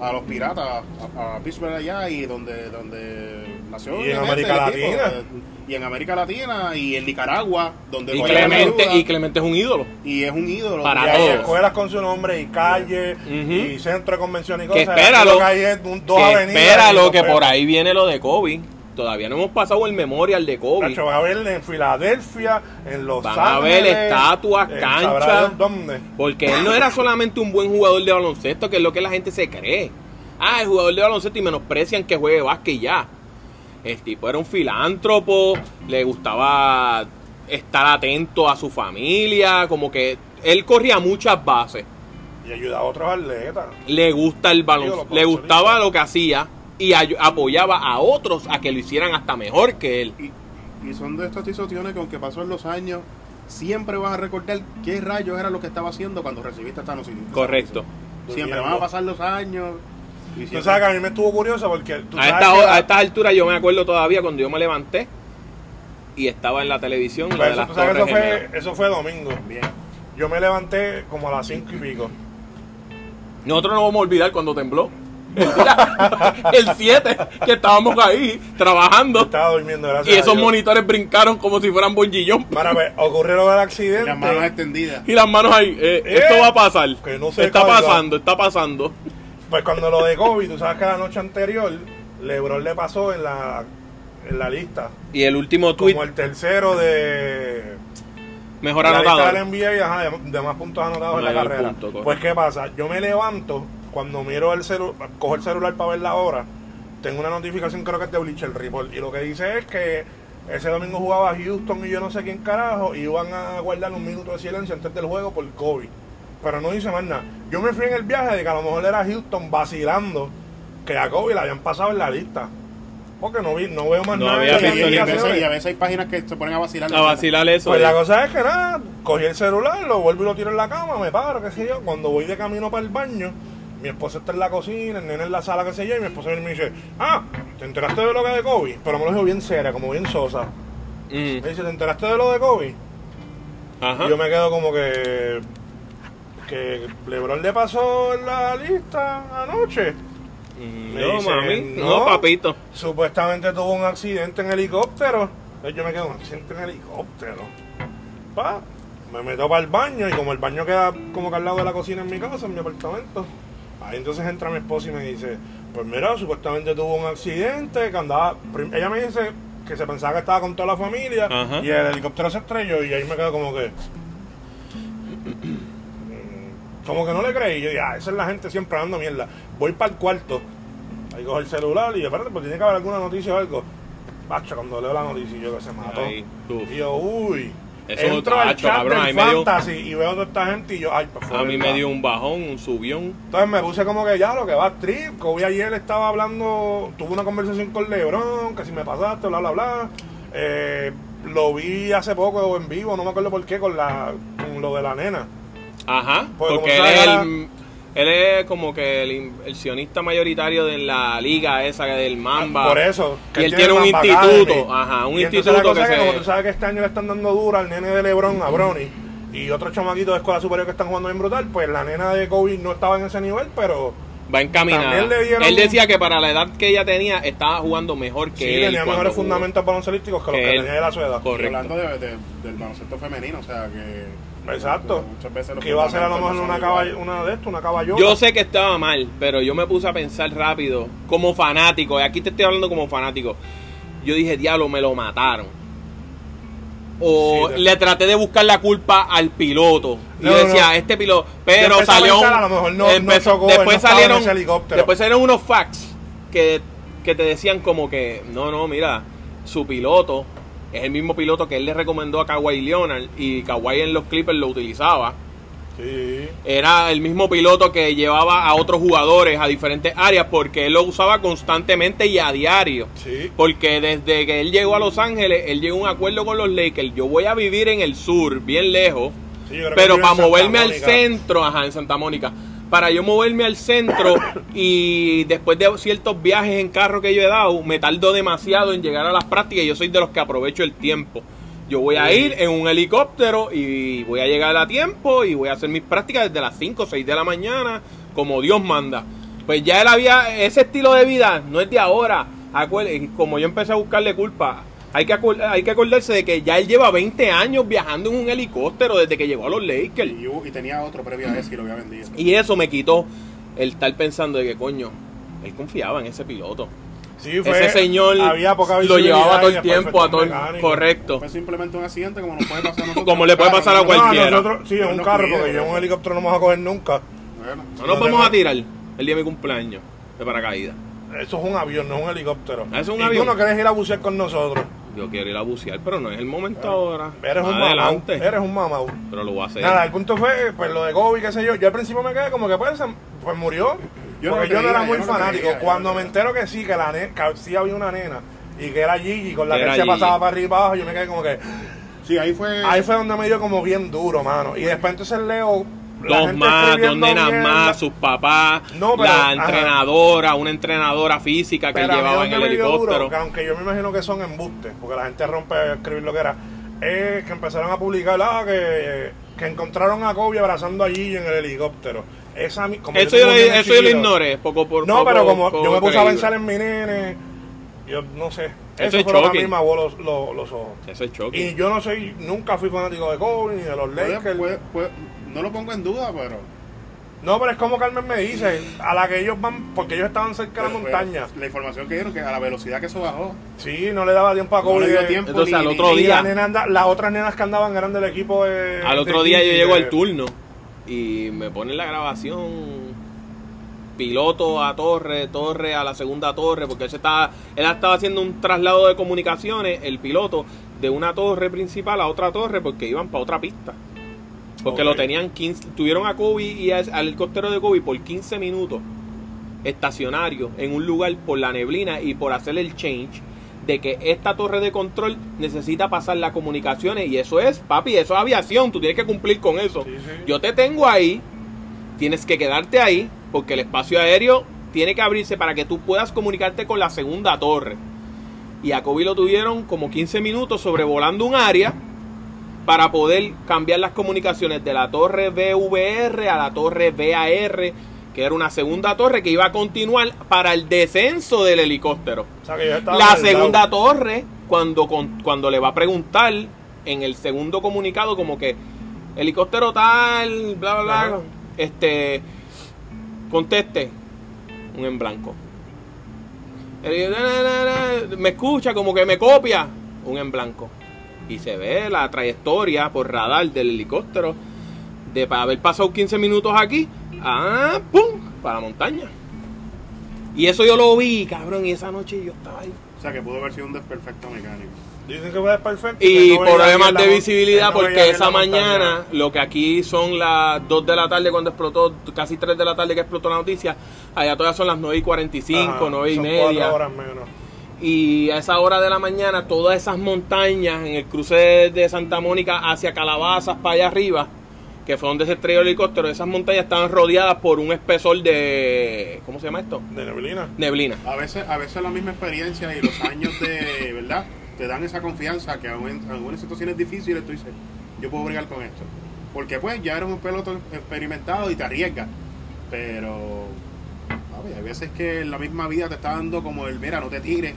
E: a, a los piratas, a, a Pittsburgh allá y donde, donde nació.
D: Y en
E: obviamente
D: América
E: el tipo,
D: Latina.
E: eh, y en América Latina y en Nicaragua, donde
C: Y
E: Guayana
C: Clemente,
E: Neruda,
C: y Clemente es un ídolo.
E: y es un ídolo.
C: Para
D: y
E: Ya,
D: hay
C: todos.
D: escuelas con su nombre y calle
C: Ujú.
D: y centro de convención y
C: Que
D: cosas.
C: espéralo.
D: Lo que hay es un- dos
C: que
D: avenidas.
C: espéralo,
D: y
C: que
D: dos
C: por
D: pesos.
C: ahí viene lo de Kobe. Todavía no hemos pasado el memorial de Kobe.
D: Nacho, vas a ver en Filadelfia, en Los
C: Van a ver
D: Ángeles.
C: estatuas,
D: en
C: canchas.
D: sabrá Dios ¿Dónde?
C: Porque él no era solamente un buen jugador de baloncesto, que es lo que la gente se cree. Ah, es jugador de baloncesto y menosprecian que juegue básquet y ya. El tipo era un filántropo, le gustaba estar atento a su familia, como que él corría muchas bases.
D: Y ayuda a otros atletas.
C: Le gusta el baloncesto, le gustaba lo que hacía y ay- apoyaba a otros a que lo hicieran hasta mejor que él.
E: Y, y son de estas situaciones que aunque pasó en los años, siempre vas a recordar qué rayos era lo que estaba haciendo cuando recibiste esta noticia.
C: Correcto.
E: Siempre van a pasar los años. y
D: Tú
E: siempre-
D: sabes que a mí me estuvo curioso porque tú
C: A
D: sabes
C: esta,
D: que
C: ho-
D: la-
C: a esta altura yo me acuerdo todavía cuando yo me levanté y estaba en la televisión lo
D: Pero
C: de
D: Pues eso,
C: las
D: tú sabes que
C: Torres
D: eso
C: Gemelas.
D: fue, eso fue domingo.
E: Bien.
D: Yo me levanté como a las cinco y pico.
C: Nosotros no vamos a olvidar cuando tembló. el 7, que estábamos ahí trabajando
D: Estaba durmiendo, gracias
C: y
D: a
C: esos
D: Dios.
C: monitores brincaron como si fueran bonjillón
D: Mira, pues, ocurrió lo del accidente.
E: Las manos extendidas.
C: y las manos ahí. eh, esto
D: Eh,
C: va a pasar.
D: que no se
C: está
D: caiga.
C: pasando, está pasando.
D: Pues cuando lo de Kobe, tú sabes que la noche anterior, LeBron le pasó en la, en la lista.
C: Y el último tweet,
D: Como el tercero de
C: mejor
D: la lista
C: anotado.
D: del em- NBA y ajá, de, de más puntos anotados en la
C: Mayor
D: carrera.
C: punto, correcto.
D: pues qué pasa, yo me levanto, cuando miro el celular, cojo el celular para ver la hora, tengo una notificación creo que es de Bleacher Report y lo que dice es que ese domingo jugaba Houston y yo no sé quién carajo y iban a guardar un minuto de silencio antes del juego por COVID. Pero no dice más nada. Yo me fui en el viaje de que a lo mejor era Houston vacilando que a Kobe la habían pasado en la lista. Porque no, vi, no veo más
C: No
D: nada.
C: había
D: que
E: Y,
C: visto
D: tenga
C: ni
E: a
D: que
E: veces,
D: hacer.
E: y a veces hay páginas que se ponen a vacilar.
C: A vacilar eso.
D: Pues la
C: eh.
D: cosa es que nada, cogí el celular, lo vuelvo y lo tiro en la cama, me paro, qué sé yo. Cuando voy de camino para el baño, mi esposa está en la cocina, el nene en la sala, qué sé yo, y mi esposa viene y me dice, ah, ¿te enteraste de lo que de Kobe? Pero me lo dijo bien seria, como bien sosa.
C: Mm,
D: Me dice, ¿te enteraste de lo de Kobe?
C: Ajá.
D: Y yo me quedo como que... Que Lebron le pasó en la lista anoche. me
C: Mm, No,
D: dice,
C: mami.
D: no.
C: No, papito.
D: Supuestamente tuvo un accidente en helicóptero. Entonces yo me quedo, un accidente en helicóptero. Pa, me meto para el baño y como el baño queda como que al lado de la cocina en mi casa, en mi apartamento. Ahí entonces entra mi esposa y me dice, pues mira, supuestamente tuvo un accidente, que andaba... prim- Ella me dice que se pensaba que estaba con toda la familia
C: Ajá.
D: y el helicóptero se estrelló y ahí me quedo como que... Como que no le creí. Yo dije, ah, esa es la gente siempre dando mierda. Voy para el cuarto. Ahí cojo el celular y yo, espérate, pues tiene que haber alguna noticia o algo. Pacho, cuando leo la noticia, yo que se mató.
C: Ahí, tú.
D: y yo, uy.
C: Eso es
D: Entro
C: otro
D: al
C: hacho,
D: chat
C: cabrón,
D: del
C: ahí me dio-
D: fantasy y veo a toda esta gente y yo, ay, pues fue
C: A mí me
D: verdad.
C: dio un bajón, un subión.
D: Entonces me puse como que ya, lo que va a trip. Kobe ayer estaba hablando, tuve una conversación con Lebron, que si me pasaste, bla, bla, bla. Eh, lo vi hace poco en vivo, no me acuerdo por qué, con, la, con lo de la nena.
C: Ajá.
D: Pues, como
C: porque él
D: sabes,
C: es,
D: ahora-
C: el, él es como que el, in- el sionista mayoritario de la liga esa del Mamba.
D: Ah, Por eso.
C: Y él
D: el
C: tiene un
D: Mamba
C: instituto.
D: Academy.
C: Ajá, un
D: Y entonces
C: instituto
D: la cosa
C: que
D: es que
C: se-
D: como tú sabes que este año le están dando dura al nene de LeBron, a Bronny, y otros chamaquitos de escuela superior que están jugando bien brutal, pues la nena de Kobe no estaba en ese nivel, pero
C: Va encaminada.
D: También le dieron
C: Él
D: un-
C: decía que para la edad que ella tenía estaba jugando mejor que
D: sí
C: él.
D: tenía
C: cuando
D: mejores
C: jugó.
D: fundamentos baloncelísticos que los
C: Que
D: que
C: él-
D: tenía de la su edad.
C: Correcto.
E: Hablando de- de- del baloncesto femenino, o sea que.
D: Exacto.
E: Muchas veces los
D: Que iba a ser a lo mejor
E: fundamentos no
D: una,
E: son iguales.
D: caball- una de estas, una caballota.
C: Yo sé que estaba mal, pero yo me puse a pensar rápido, como fanático, y aquí te estoy hablando como fanático. Yo dije, diablo, me lo mataron. O
D: Sí, de-
C: le traté de buscar la culpa al piloto. Y
D: No,
C: yo decía,
D: no.
C: este piloto.
D: Yo
C: Pero
D: empecé a
C: salió.
D: pensar,
C: un-
D: a lo mejor no- no chocó, él no
C: después
D: estaba en
C: salieron.
D: ese helicóptero.
C: Después salieron unos facts que, que te decían como que, no, no, mira, su piloto es el mismo piloto que él le recomendó a Kawhi Leonard y Kawhi en los Clippers lo utilizaba
D: Sí.
C: era el mismo piloto que llevaba a otros jugadores a diferentes áreas porque él lo usaba constantemente y a diario.
D: Sí.
C: Porque desde que él llegó a Los Ángeles, él llegó a un acuerdo con los Lakers. Yo voy a vivir en el sur, bien lejos,
D: Sí, yo creo que
C: pero
D: vive
C: para
D: en Santa
C: moverme al
D: Mónica.
C: centro, ajá, en Santa Mónica, para yo moverme al centro y después de ciertos viajes en carro que yo he dado, me tardo demasiado en llegar a las prácticas. y Yo soy de los que aprovecho el tiempo. Yo voy a ir en un helicóptero y voy a llegar a tiempo y voy a hacer mis prácticas desde las 5 o 6 de la mañana, como Dios manda. Pues ya él había, ese estilo de vida no es de ahora. Acuer- y como yo empecé a buscarle culpa, hay que, acu- hay que acordarse de que ya él lleva 20 años viajando en un helicóptero desde que llegó a los Lakers.
E: Y, hubo- y tenía otro previo a ese y lo había vendido.
C: Y eso me quitó el estar pensando de que, coño, él confiaba en ese piloto.
D: Sí, fue-
C: ese señor
D: había poca
C: lo llevaba
D: visibilidad
C: todo el
D: y después
C: tiempo,
D: fue
C: a todo el-
D: mecánico. Pues,
C: Correcto.
E: Fue simplemente un accidente como nos puede pasar a nosotros.
C: Como le puede
E: Claro,
C: pasar a
E: no, no,
D: No,
C: cualquiera.
D: nosotros, sí, en un
E: No
D: carro, porque
E: quiero.
D: yo en un helicóptero no me vas a coger nunca.
E: Bueno,
C: No
D: No
C: nos vamos
D: tengo-
C: a tirar el día de mi cumpleaños de paracaídas.
D: Eso es un avión, no es un helicóptero.
C: Ah, es un
D: y
C: avión.
D: tú no quieres ir a bucear con nosotros.
C: Yo quiero ir a bucear, pero no es el momento ahora.
D: Eres
C: Más
D: un mamau.
C: Adelante.
D: Eres un mamau.
C: Pero lo voy a hacer.
D: Nada, el punto fue, pues lo de Kobe, qué sé yo. Yo al principio me quedé como que pues, se- pues murió.
E: Yo no
D: porque
E: lo
D: yo no era
E: creía,
D: muy
E: yo no lo
D: fanático.
E: creía, yo
D: Cuando
E: no
D: me
E: lo
D: entero que sí, que, la ne- que sí había una nena y que era Gigi con la
C: Que
D: que
C: era
D: él se
C: Gigi.
D: pasaba para arriba y para abajo, yo me quedé como que.
E: sí, ahí fue.
D: Ahí fue donde me dio como bien duro, mano. Y después entonces leo. la
C: Dos
D: gente
C: más, dos
D: escribiendo
C: nenas
D: mierda.
C: más, sus papás,
D: No, pero-
C: la
D: ajá.
C: entrenadora, una entrenadora física que él
D: Pero a mí
C: llevaba en
D: donde
C: el
D: me dio
C: helicóptero.
D: duro, que aunque yo me imagino que son embustes, porque la gente rompe a escribir lo que era, es que empezaron a publicar ah, que, que encontraron a Kobe abrazando a Gigi en el helicóptero. Esa, mi- como
C: eso
D: tengo
C: yo,
D: un nene
C: le- eso yo lo
D: chiquito-
C: ignoré, poco por
D: No, pero
C: poco-
D: como yo me
C: poco
D: puse a
C: creíble.
D: pensar en mi nene, yo no sé.
C: es
D: Eso, fue lo que a mí
C: shocking.
D: me abrió los, los- los ojos.
C: Eso es choque.
D: Y yo no soy, nunca fui fanático de Kobe ni de los
E: Puede-
D: Lakers.
E: puede- puede- no lo pongo en duda, pero.
D: No, pero es como Carmen me dice, a la que ellos van, porque ellos estaban cerca de la
E: pero-
D: montaña.
E: pero La información que dieron que a la velocidad que eso bajó.
D: Sí, no le daba tiempo a
E: No
D: Kobe.
E: le dio
D: de-
E: tiempo.
C: Entonces,
E: ni-
C: al
E: ni-
C: otro
D: Y
C: día-
D: la nena anda- las otras nenas que andaban eran del equipo de.
C: Al otro
D: de
C: día yo
D: Gigi,
C: llego
D: de-
C: al turno y me ponen la grabación piloto a torre, torre a la segunda torre, porque él se estaba, él estaba haciendo un traslado de comunicaciones, el piloto, de una torre principal a otra torre, porque iban para otra pista. Porque
D: Ok.
C: lo tenían 15, tuvieron a Kobe y a- al helicóptero de Kobe por 15 minutos estacionario en un lugar por la neblina y por hacer el change de que esta torre de control necesita pasar las comunicaciones y eso es, papi, eso es aviación, tú tienes que cumplir con eso. Yo te tengo ahí, tienes que quedarte ahí porque el espacio aéreo tiene que abrirse para que tú puedas comunicarte con la segunda torre. Y a Kobe lo tuvieron como 15 minutos sobrevolando un área para poder cambiar las comunicaciones de la torre BVR a la torre VAR, que era una segunda torre que iba a continuar para el descenso del helicóptero.
D: O sea, que ya estaba
C: La
D: al lado.
C: segunda torre, cuando, con- cuando le va a preguntar en el segundo comunicado, como que helicóptero tal, bla, bla, bla,
D: Ajá.
C: este, conteste, un en blanco. El- na, na, na, na, Me escucha, como que me copia, un en blanco. Y se ve la trayectoria por radar del helicóptero de para haber pasado 15 minutos aquí, ah, ¡pum! para la montaña. Y eso yo lo vi, cabrón, y esa noche yo estaba ahí.
E: O sea, que pudo haber sido un desperfecto mecánico.
D: Dicen que fue perfecto.
C: Y
D: que Pues no veía
C: problemas
D: bien la
C: de
D: mon-
C: visibilidad
D: que no veía
C: porque
D: bien la
C: esa
D: montaña.
C: mañana, lo que aquí son las 2 de la tarde cuando explotó, casi 3 de la tarde que explotó la noticia, allá todavía son las 9 y 45,
D: Ajá,
C: 9 y
D: son cuatro
C: media.
D: horas menos.
C: Y a esa hora de la mañana, todas esas montañas en el cruce de Santa Mónica hacia Calabazas, para allá arriba, que fue donde se estrelló el helicóptero, esas montañas estaban rodeadas por un espesor de. ¿Cómo se llama esto?
D: De neblina.
C: Neblina.
E: A veces, a veces la misma experiencia y los años de, ¿verdad? Te dan esa confianza que aún en algunas situaciones difíciles tú dices, yo puedo bregar con esto. Porque pues ya eres un peloto experimentado y te arriesgas. Pero, ¿sabes? hay veces que la misma vida te está dando como el, mira, no te tires.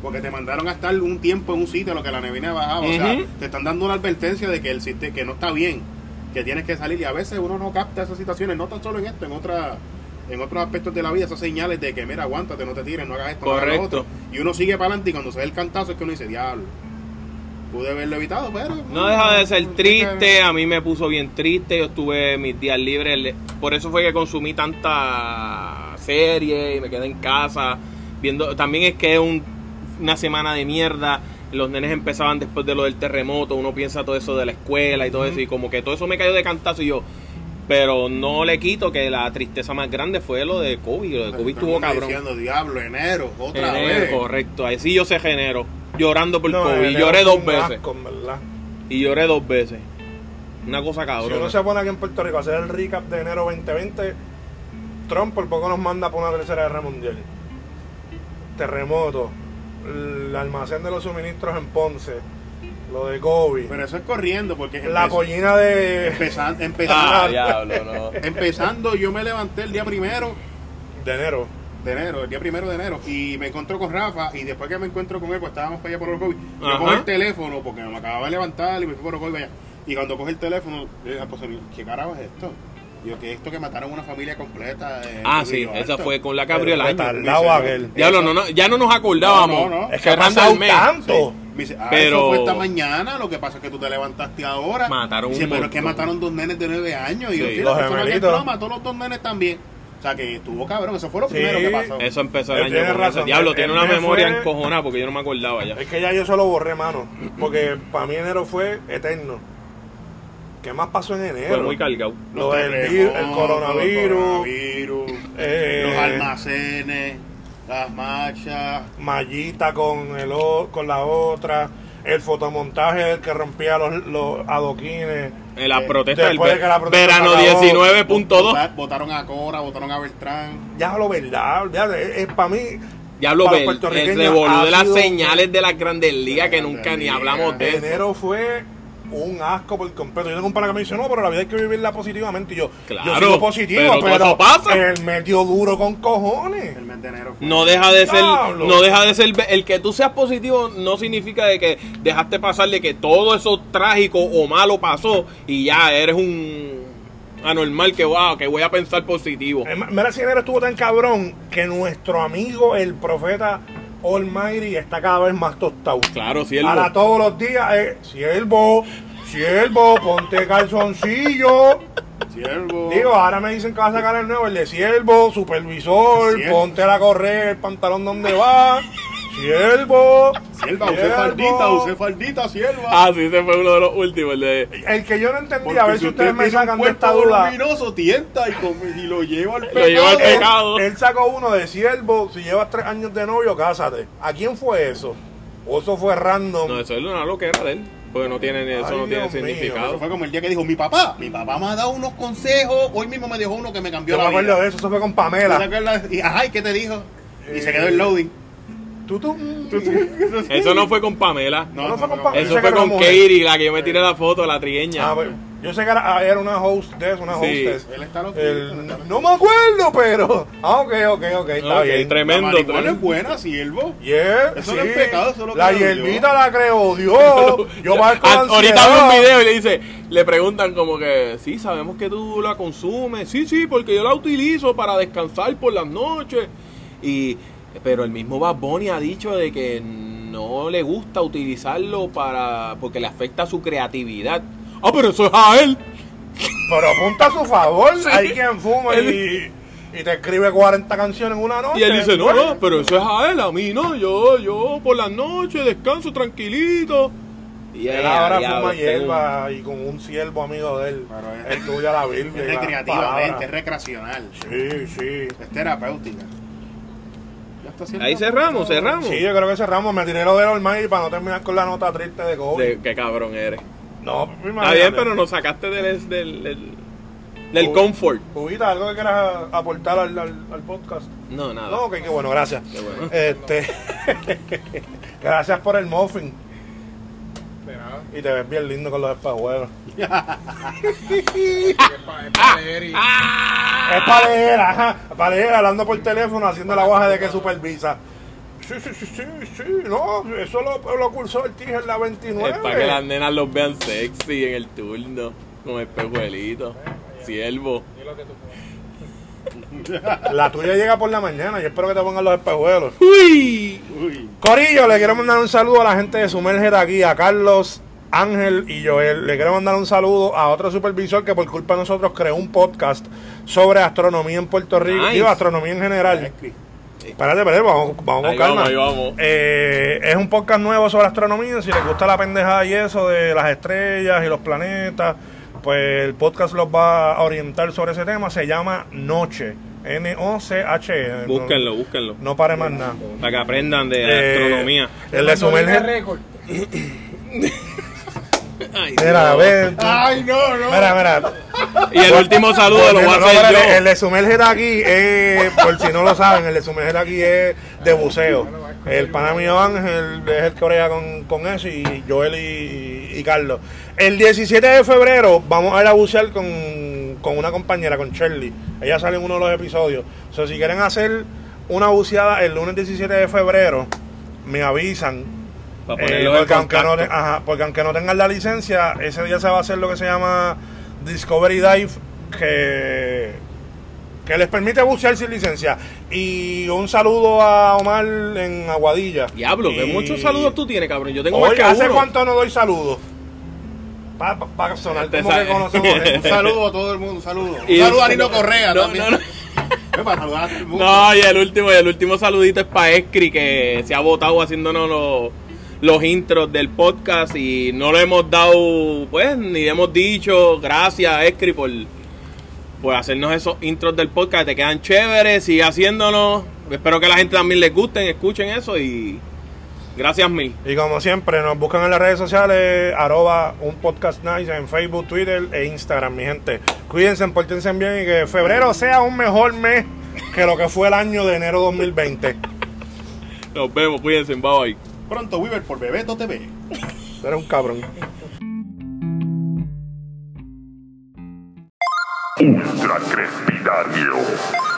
E: Porque te mandaron a estar un tiempo en un sitio, lo que la neblina bajaba. O sea,
C: Ujú.
E: te están dando una advertencia de que el siste- que no está bien, que tienes que salir. Y a veces uno no capta esas situaciones, no tan solo en esto, en otra, en otros aspectos de la vida, esas señales de que, mira, aguántate, no te tires, no hagas esto, no hagas lo
C: Correcto.
E: otro. Y uno sigue para adelante y cuando se ve el cantazo es que uno dice, diablo, pude haberlo evitado, pero...
C: No deja de ser triste, a mí me puso bien triste, yo estuve mis días libres, le- por eso fue que consumí tanta serie y me quedé en casa viendo, también es que es un- una semana de mierda, los nenes empezaban después de lo del terremoto, uno piensa todo eso de la escuela y todo eso y como que todo eso me cayó de cantazo y yo, pero no le quito que la tristeza más grande fue lo de Kobe, lo de
E: Todo
C: Kobe
E: el
C: estuvo
E: mundo
C: cabrón.
E: Diciendo, diablo, enero, otra
C: Enero,
E: vez.
C: correcto, ahí sí yo sé enero, llorando por
D: No,
C: Kobe,
D: enero
C: lloré
D: es
C: dos
D: un
C: veces.
D: asco, en ¿verdad?
C: Y lloré dos veces. Una cosa
D: Si
C: cabrón.
D: uno se pone aquí en Puerto Rico a hacer el recap de enero 2020, Trump por poco nos manda por una tercera guerra mundial. Terremoto, el almacén de los suministros en Ponce, lo de Kobe,
E: Pero eso es corriendo, porque
D: la
E: empezó-
D: collina de,
E: empezan- empezando,
C: Ah, diablo, no.
E: empezando, yo me levanté el día primero
D: de enero.
E: de enero, el día primero de enero, y me encontró con Rafa, y después que me encuentro con él, pues estábamos para allá por Orocovi, yo
C: Ajá.
E: cojo el teléfono, porque me acababa de levantar, y me fui por Orocovi allá, y cuando coge el teléfono, yo dije, pues, ¿qué carajo es esto? Yo, que esto que mataron una familia completa. eh,
C: Ah,
E: en
C: sí,
E: Río
C: esa
E: Alto?"
C: fue con la Gabriel
D: Pero
C: año.
D: retardado
E: Me dice,
D: aquel.
C: Diablo, no, no, ya no nos acordábamos.
E: No, no, no.
D: Es que ha
C: Cerrando
D: pasado
C: el mes.
D: tanto.
E: Me dice, ah,
C: Pero-
E: eso fue esta mañana, lo que pasa es que tú te levantaste ahora.
C: Mataron
E: Dice,
C: un
E: pero es que
C: montón.
E: mataron dos nenes de nueve años. Y yo,
C: Sí,
E: sí, la
D: los
E: persona que
D: gemelitos.
E: entró mató los dos nenes también. O sea, que estuvo cabrón, eso fue lo
D: Sí.
E: primero que pasó.
C: Eso empezó el
D: Él
C: año.
D: tiene
C: con eso.
D: razón.
C: Diablo,
D: El-
C: tiene
D: el
C: una
D: mes
C: memoria
D: fue-
C: encojonada porque yo no me acordaba ya.
D: Es que ya yo se lo borré, mano, porque para mí enero fue eterno. ¿Qué más pasó en enero?
C: Fue muy cargado.
E: Los
D: Lo del
E: terremotos,
D: vir- el coronavirus.
E: coronavirus,
D: Eh.
E: los almacenes, las marchas.
D: mallita con el o- con la otra, el fotomontaje del que rompía los, los adoquines.
C: En la protesta del
D: Eh, después de que la
C: ver-
D: protesta
C: verano
D: acabó,
C: 19.2.
E: Vota- Votaron a Cora, votaron a Beltrán.
D: Ya lo verdad, ya, es, para mí.
C: Diablo,
D: para
C: ve,
D: los puertorriqueños
C: el revolú
D: ha
C: de las
D: sido-
C: señales de las grandes ligas que nunca ni
E: Grandes
C: hablamos de eso.
D: Enero fue un asco por completo. Yo tengo un pana que me dice, no, pero la vida hay que vivirla positivamente. Y yo, yo
C: Claro,
D: sigo positivo,
C: pero
D: pero,
C: todo eso pasa.
D: el medio duro con cojones.
E: El mes de enero fue-
C: No deja de ser,
D: Diablo.
C: no deja de ser, el que tú seas positivo no significa de que dejaste pasar de que todo eso trágico o malo pasó y ya eres un anormal que wow, que voy a pensar positivo.
D: Es más, Eh, Mira, si enero estuvo tan cabrón que nuestro amigo, el profeta Almighty, está cada vez más tostado.
C: Claro, siervo.
D: Ahora todos los días es siervo, siervo, ponte calzoncillo.
E: Siervo.
D: Digo, ahora me dicen que va a sacar el nuevo, el de siervo, supervisor,
E: Siervo.
D: ponte la correa, el pantalón donde va, Siervo.
E: Sierva, usé faldita, usé faldita, sierva.
C: Ah, sí, ese fue uno de los últimos. el de-
D: El que yo no entendí, a ver si ustedes me
E: tiene un
D: sacan de esta
E: cuerpo
D: duda.
E: voluminoso, tienta y, come- y lo lleva al
C: Lo lleva al
E: pecado.
C: pecado. Pecado.
D: Él sacó uno de siervo, si llevas tres años de novio, cásate. ¿A quién fue eso? O eso fue random.
C: No, eso es una loquera de él. Porque no tiene, ni- eso
D: Ay,
C: no tiene
D: Dios mío,
E: Eso
C: significado.
E: fue como el día que dijo mi papá. Mi papá me ha dado unos consejos. Hoy mismo me dejó uno que me cambió
D: yo me
E: la
D: acuerdo
E: vida.
D: de eso, eso fue con
E: ¿Te
D: Pamela.
E: acuerdas? Y, ajá, ¿y qué te dijo? Y se
D: Eh,
E: quedó el loading.
D: Tú, mm, tú,
C: Eso no fue con Pamela.
D: No, no fue con Pamela. yo
C: Eso
D: sé que
C: fue
D: era
C: con
D: una mujer.
C: Katie, la que yo me tiré la foto, la trigueña.
D: Ah, bueno, yo sé que era, ah, era una hostess, una
C: Sí.
D: hostess.
E: Él está loquito.
D: El- no me acuerdo, pero. Ah, ok, ok, ok, está
C: Ok,
D: bien.
E: La
C: Tremendo.
E: marihuana es
C: tremendo.
E: buena, siervo.
D: Yeah,
E: Eso
D: sí.
E: no es pecado, eso lo
D: La
E: creo
D: hierbita la creo Dios. Yo marco
C: Ah, Ahorita
D: ansiedad.
C: vi un video y le dice, le preguntan como que, sí, sabemos que tú la consumes, sí, sí, porque yo la utilizo para descansar por las noches. Y, pero el mismo Bad Bunny ha dicho de que no le gusta utilizarlo para, porque le afecta su creatividad. Ah, pero eso es a él.
D: Pero apunta a su favor.
C: Sí.
D: Hay quien fuma y, y te escribe 40 canciones en una noche.
C: Y él dice, no, no, pero eso es a él, a mí no, yo, yo por las noches descanso tranquilito. Y
D: Él
C: ahora
D: ahora fuma hierba y con un siervo amigo de él.
E: Pero es-
D: estudia la Biblia.
E: Es
D: y las
E: recreativamente, es
D: palabras.
E: recreacional.
D: Sí, sí.
E: Es terapéutica. Ya está haciendo-
C: Ahí cerramos, cerramos.
D: Sí, yo creo que cerramos. Me tiré lo del Almighty para no terminar con la nota triste de COVID.
C: De- qué cabrón eres.
D: No, imagínate.
C: Está bien, pero nos sacaste del, del, del, del
D: Uy.
C: comfort.
D: Cubita, algo que quieras aportar al, al- al podcast.
C: No, nada.
D: No, ok, qué bueno, gracias.
C: Qué bueno.
D: Este, gracias por el muffin.
G: De nada.
D: Y te ves bien lindo con los espagüeros.
G: Es para es pa leer y.
D: Ah. Es pareja, ajá. Pareja hablando por teléfono, haciendo la guaja de que supervisa. Sí, sí, sí, sí, sí. No, eso lo, lo cursó el Tiger en la 29.
C: Es para que las nenas los vean sexy en el turno, con espejuelito, siervo.
G: Di lo que tú puedas.
D: La tuya llega por la mañana. Yo espero que te pongan los espejuelos.
C: ¡Uy!
E: Uy,
D: Corillo, le quiero mandar un saludo a la gente de Sumerge de aquí, a Carlos, Ángel y Joel. Le quiero mandar un saludo a otro supervisor que por culpa de nosotros creó un podcast sobre astronomía en Puerto Rico.
C: Nice.
D: Digo, astronomía en general. Espérate, espérate, vamos, vamos con
C: Ahí
D: calma.
C: vamos, ahí vamos.
D: Eh, es un podcast nuevo sobre astronomía. Si les gusta la pendejada y eso de las estrellas y los planetas, pues el podcast los va a orientar sobre ese tema. Se llama Noche. N-O-C-H.
C: Búsquenlo, búsquenlo.
D: E. No pare más nada.
C: Para que aprendan de
D: Eh,
C: astronomía.
D: El de
G: Cuando diga
D: sumerge.
G: récord,
C: Ay,
D: Mira,
C: Dios.
D: ven.
E: Ay, no, no.
D: Mira, mira.
C: Y el último saludo Ah, lo voy a
D: No, pero
C: hacer
D: el- El
C: yo.
D: de sumerge de aquí es, por si no lo saben, el de sumerge de aquí es de buceo. El pana mío Ángel es el que brega con, con eso y Joel y, y Carlos. El 17 de febrero vamos a ir a bucear con, con una compañera, con Shirley. Ella sale en uno de los episodios. O sea, si quieren hacer una buceada el lunes 17 de febrero, me avisan.
C: Para
D: Eh,
C: ponerlo en
D: porque, aunque no,
C: contacto.
D: te- ajá, porque aunque no tengan la licencia, ese día se va a hacer lo que se llama Discovery Dive, que, que les permite bucear sin licencia. Y un saludo a Omar en Aguadilla.
C: Diablo, que
D: Y-
C: muchos saludos tú tienes, cabrón. Yo tengo más
D: Oye,
C: que
D: ¿hace
C: uno.
D: cuánto no doy saludos? Para pa, pa sonar
C: Te
D: como que
C: Este sabe.
D: conocemos eh,
E: Un
D: gente.
E: saludo a todo el mundo, un saludo. Un
C: Y- este,
E: saludo a Nino Correa
C: No,
E: también.
C: no, no.
E: Eh, para saludar a todo el mundo.
C: No, y el último, y el último saludito es para Escri, que se ha votado haciéndonos los, los intros del podcast y no le hemos dado, pues, ni le hemos dicho gracias, Escri, por, por hacernos esos intros del podcast. Te quedan chéveres, sigue haciéndonos. Espero que a la gente también les gusten, escuchen eso y gracias mil.
D: Y como siempre, nos buscan en las redes sociales, arroba un podcast nice en Facebook, Twitter e Instagram, mi gente. Cuídense, pórtense bien y que febrero sea un mejor mes que lo que fue el año de enero 2020.
C: Nos vemos, cuídense, bye bye.
E: Pronto, Weaver por Bebeto TV.
D: Tú Eres un cabrón.
B: Ultra Crespidario.